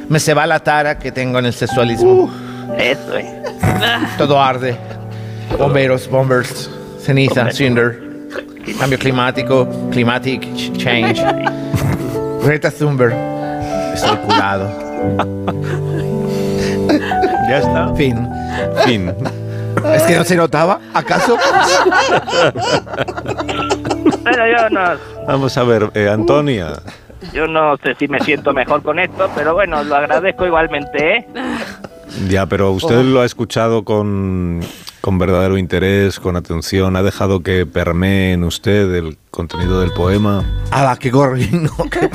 Speaker 5: me se va la tara que tengo en el sexualismo.
Speaker 14: Uh, Eso eh. es.
Speaker 5: Todo arde. Bomberos, bombers, ceniza,
Speaker 14: Bombers.
Speaker 5: cinder. Cambio climático, climatic ch- change. Greta Thunberg. Estoy curado.
Speaker 1: ya está.
Speaker 5: Fin.
Speaker 1: Fin.
Speaker 5: ¿Es que no se notaba? ¿Acaso?
Speaker 14: Pero yo no,
Speaker 1: Vamos a ver, eh, Antonia.
Speaker 14: yo no sé si me siento mejor con esto, pero bueno, lo agradezco igualmente, ¿eh?
Speaker 1: Ya, pero usted lo ha escuchado con, con verdadero interés, con atención. ¿Ha dejado que permee en usted el contenido del poema?
Speaker 5: Ah, que corre. No, que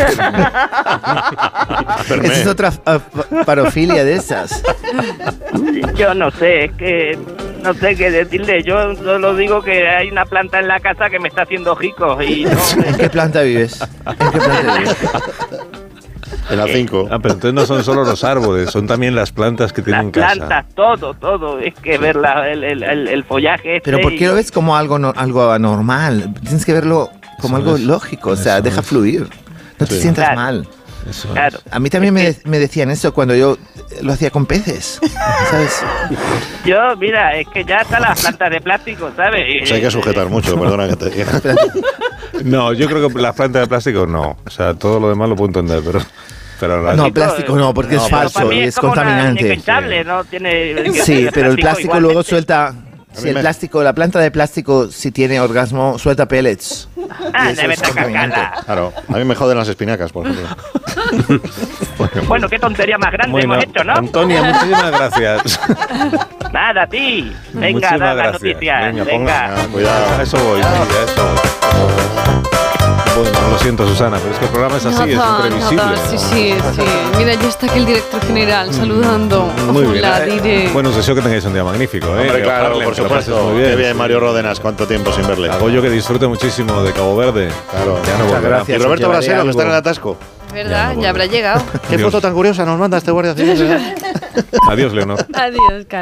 Speaker 5: Esa es otra ah, pa- parofilia de esas.
Speaker 14: Yo no sé, es que no sé qué decirle. Yo solo digo que hay una planta en la casa que me está haciendo rico y no,
Speaker 5: ¿En qué planta vives? ¿En qué planta vives?
Speaker 1: En la 5. Ah, pero entonces no son solo los árboles, son también las plantas que tienen en casa.
Speaker 14: plantas, todo, todo. Es que ver la- el, el- el- el follaje este.
Speaker 5: Pero ¿por qué
Speaker 14: y-
Speaker 5: lo ves como algo, no- algo anormal? Tienes que verlo como algo lógico, o sea, deja fluir. No te
Speaker 1: Sí.
Speaker 5: sientas
Speaker 1: Claro.
Speaker 5: mal.
Speaker 1: Eso
Speaker 14: Claro.
Speaker 5: A mí también me, de- me decían eso cuando yo eh, lo hacía con peces, ¿sabes?
Speaker 14: Yo, mira, es que ya están las plantas de plástico, ¿sabes?
Speaker 3: O sea, hay que sujetar mucho, perdona que te diga.
Speaker 1: No, yo creo que las plantas de plástico no. O sea, todo lo demás lo puedo entender, pero... pero las-
Speaker 5: No, plástico no, porque es
Speaker 14: Pero para
Speaker 5: falso
Speaker 14: mí
Speaker 5: y
Speaker 14: es
Speaker 5: es
Speaker 14: como una
Speaker 5: contaminante.
Speaker 14: muñeca hinchable, ¿no? Tiene,
Speaker 5: Sí, pero el plástico
Speaker 14: igual.
Speaker 5: luego suelta... Si el
Speaker 14: me-
Speaker 5: plástico, la planta de plástico, si tiene orgasmo, suelta pellets.
Speaker 14: Ah,
Speaker 5: eso
Speaker 14: debe
Speaker 5: es
Speaker 14: estar
Speaker 5: contaminante.
Speaker 14: cagada.
Speaker 3: Claro, a mí me joden las espinacas, por ejemplo.
Speaker 14: Bueno, qué tontería más grande
Speaker 1: Bueno,
Speaker 14: hemos hecho, ¿no?
Speaker 1: Antonia, muchísimas gracias.
Speaker 14: Nada, a ti. Venga,
Speaker 1: Muchísimas
Speaker 14: da la
Speaker 1: gracias.
Speaker 14: noticia. Venga,
Speaker 1: ponga- Ah, cuidado. A eso voy, a eso voy. Bueno, lo siento, Susana, pero es que el programa es así, es
Speaker 9: Nada,
Speaker 1: imprevisible. Mm.
Speaker 9: nada, sí, sí, sí. Mira, ya está aquí el director general saludando.
Speaker 1: Muy bien.
Speaker 9: Hola,
Speaker 1: eh.
Speaker 9: diré.
Speaker 1: Bueno, os deseo que tengáis un día magnífico. ¿eh?
Speaker 3: Hombre,
Speaker 1: Que
Speaker 3: claro,
Speaker 1: Harlem,
Speaker 3: por
Speaker 1: que lo pases
Speaker 3: supuesto.
Speaker 1: Muy bien.
Speaker 3: Qué bien, Mario Ródenas, cuánto tiempo sin verle.
Speaker 1: Goyo, que disfrute muchísimo de Cabo Verde. Claro, ya no
Speaker 3: Muchas
Speaker 1: volverá.
Speaker 3: gracias, Y Roberto os llevaré Brasero, que algo. está en el atasco.
Speaker 9: ¿Verdad? Ya, habrá llegado.
Speaker 1: Qué Dios. foto
Speaker 3: tan curiosa nos manda este guardia
Speaker 1: Adiós, Leonor.
Speaker 9: Adiós, Carlos.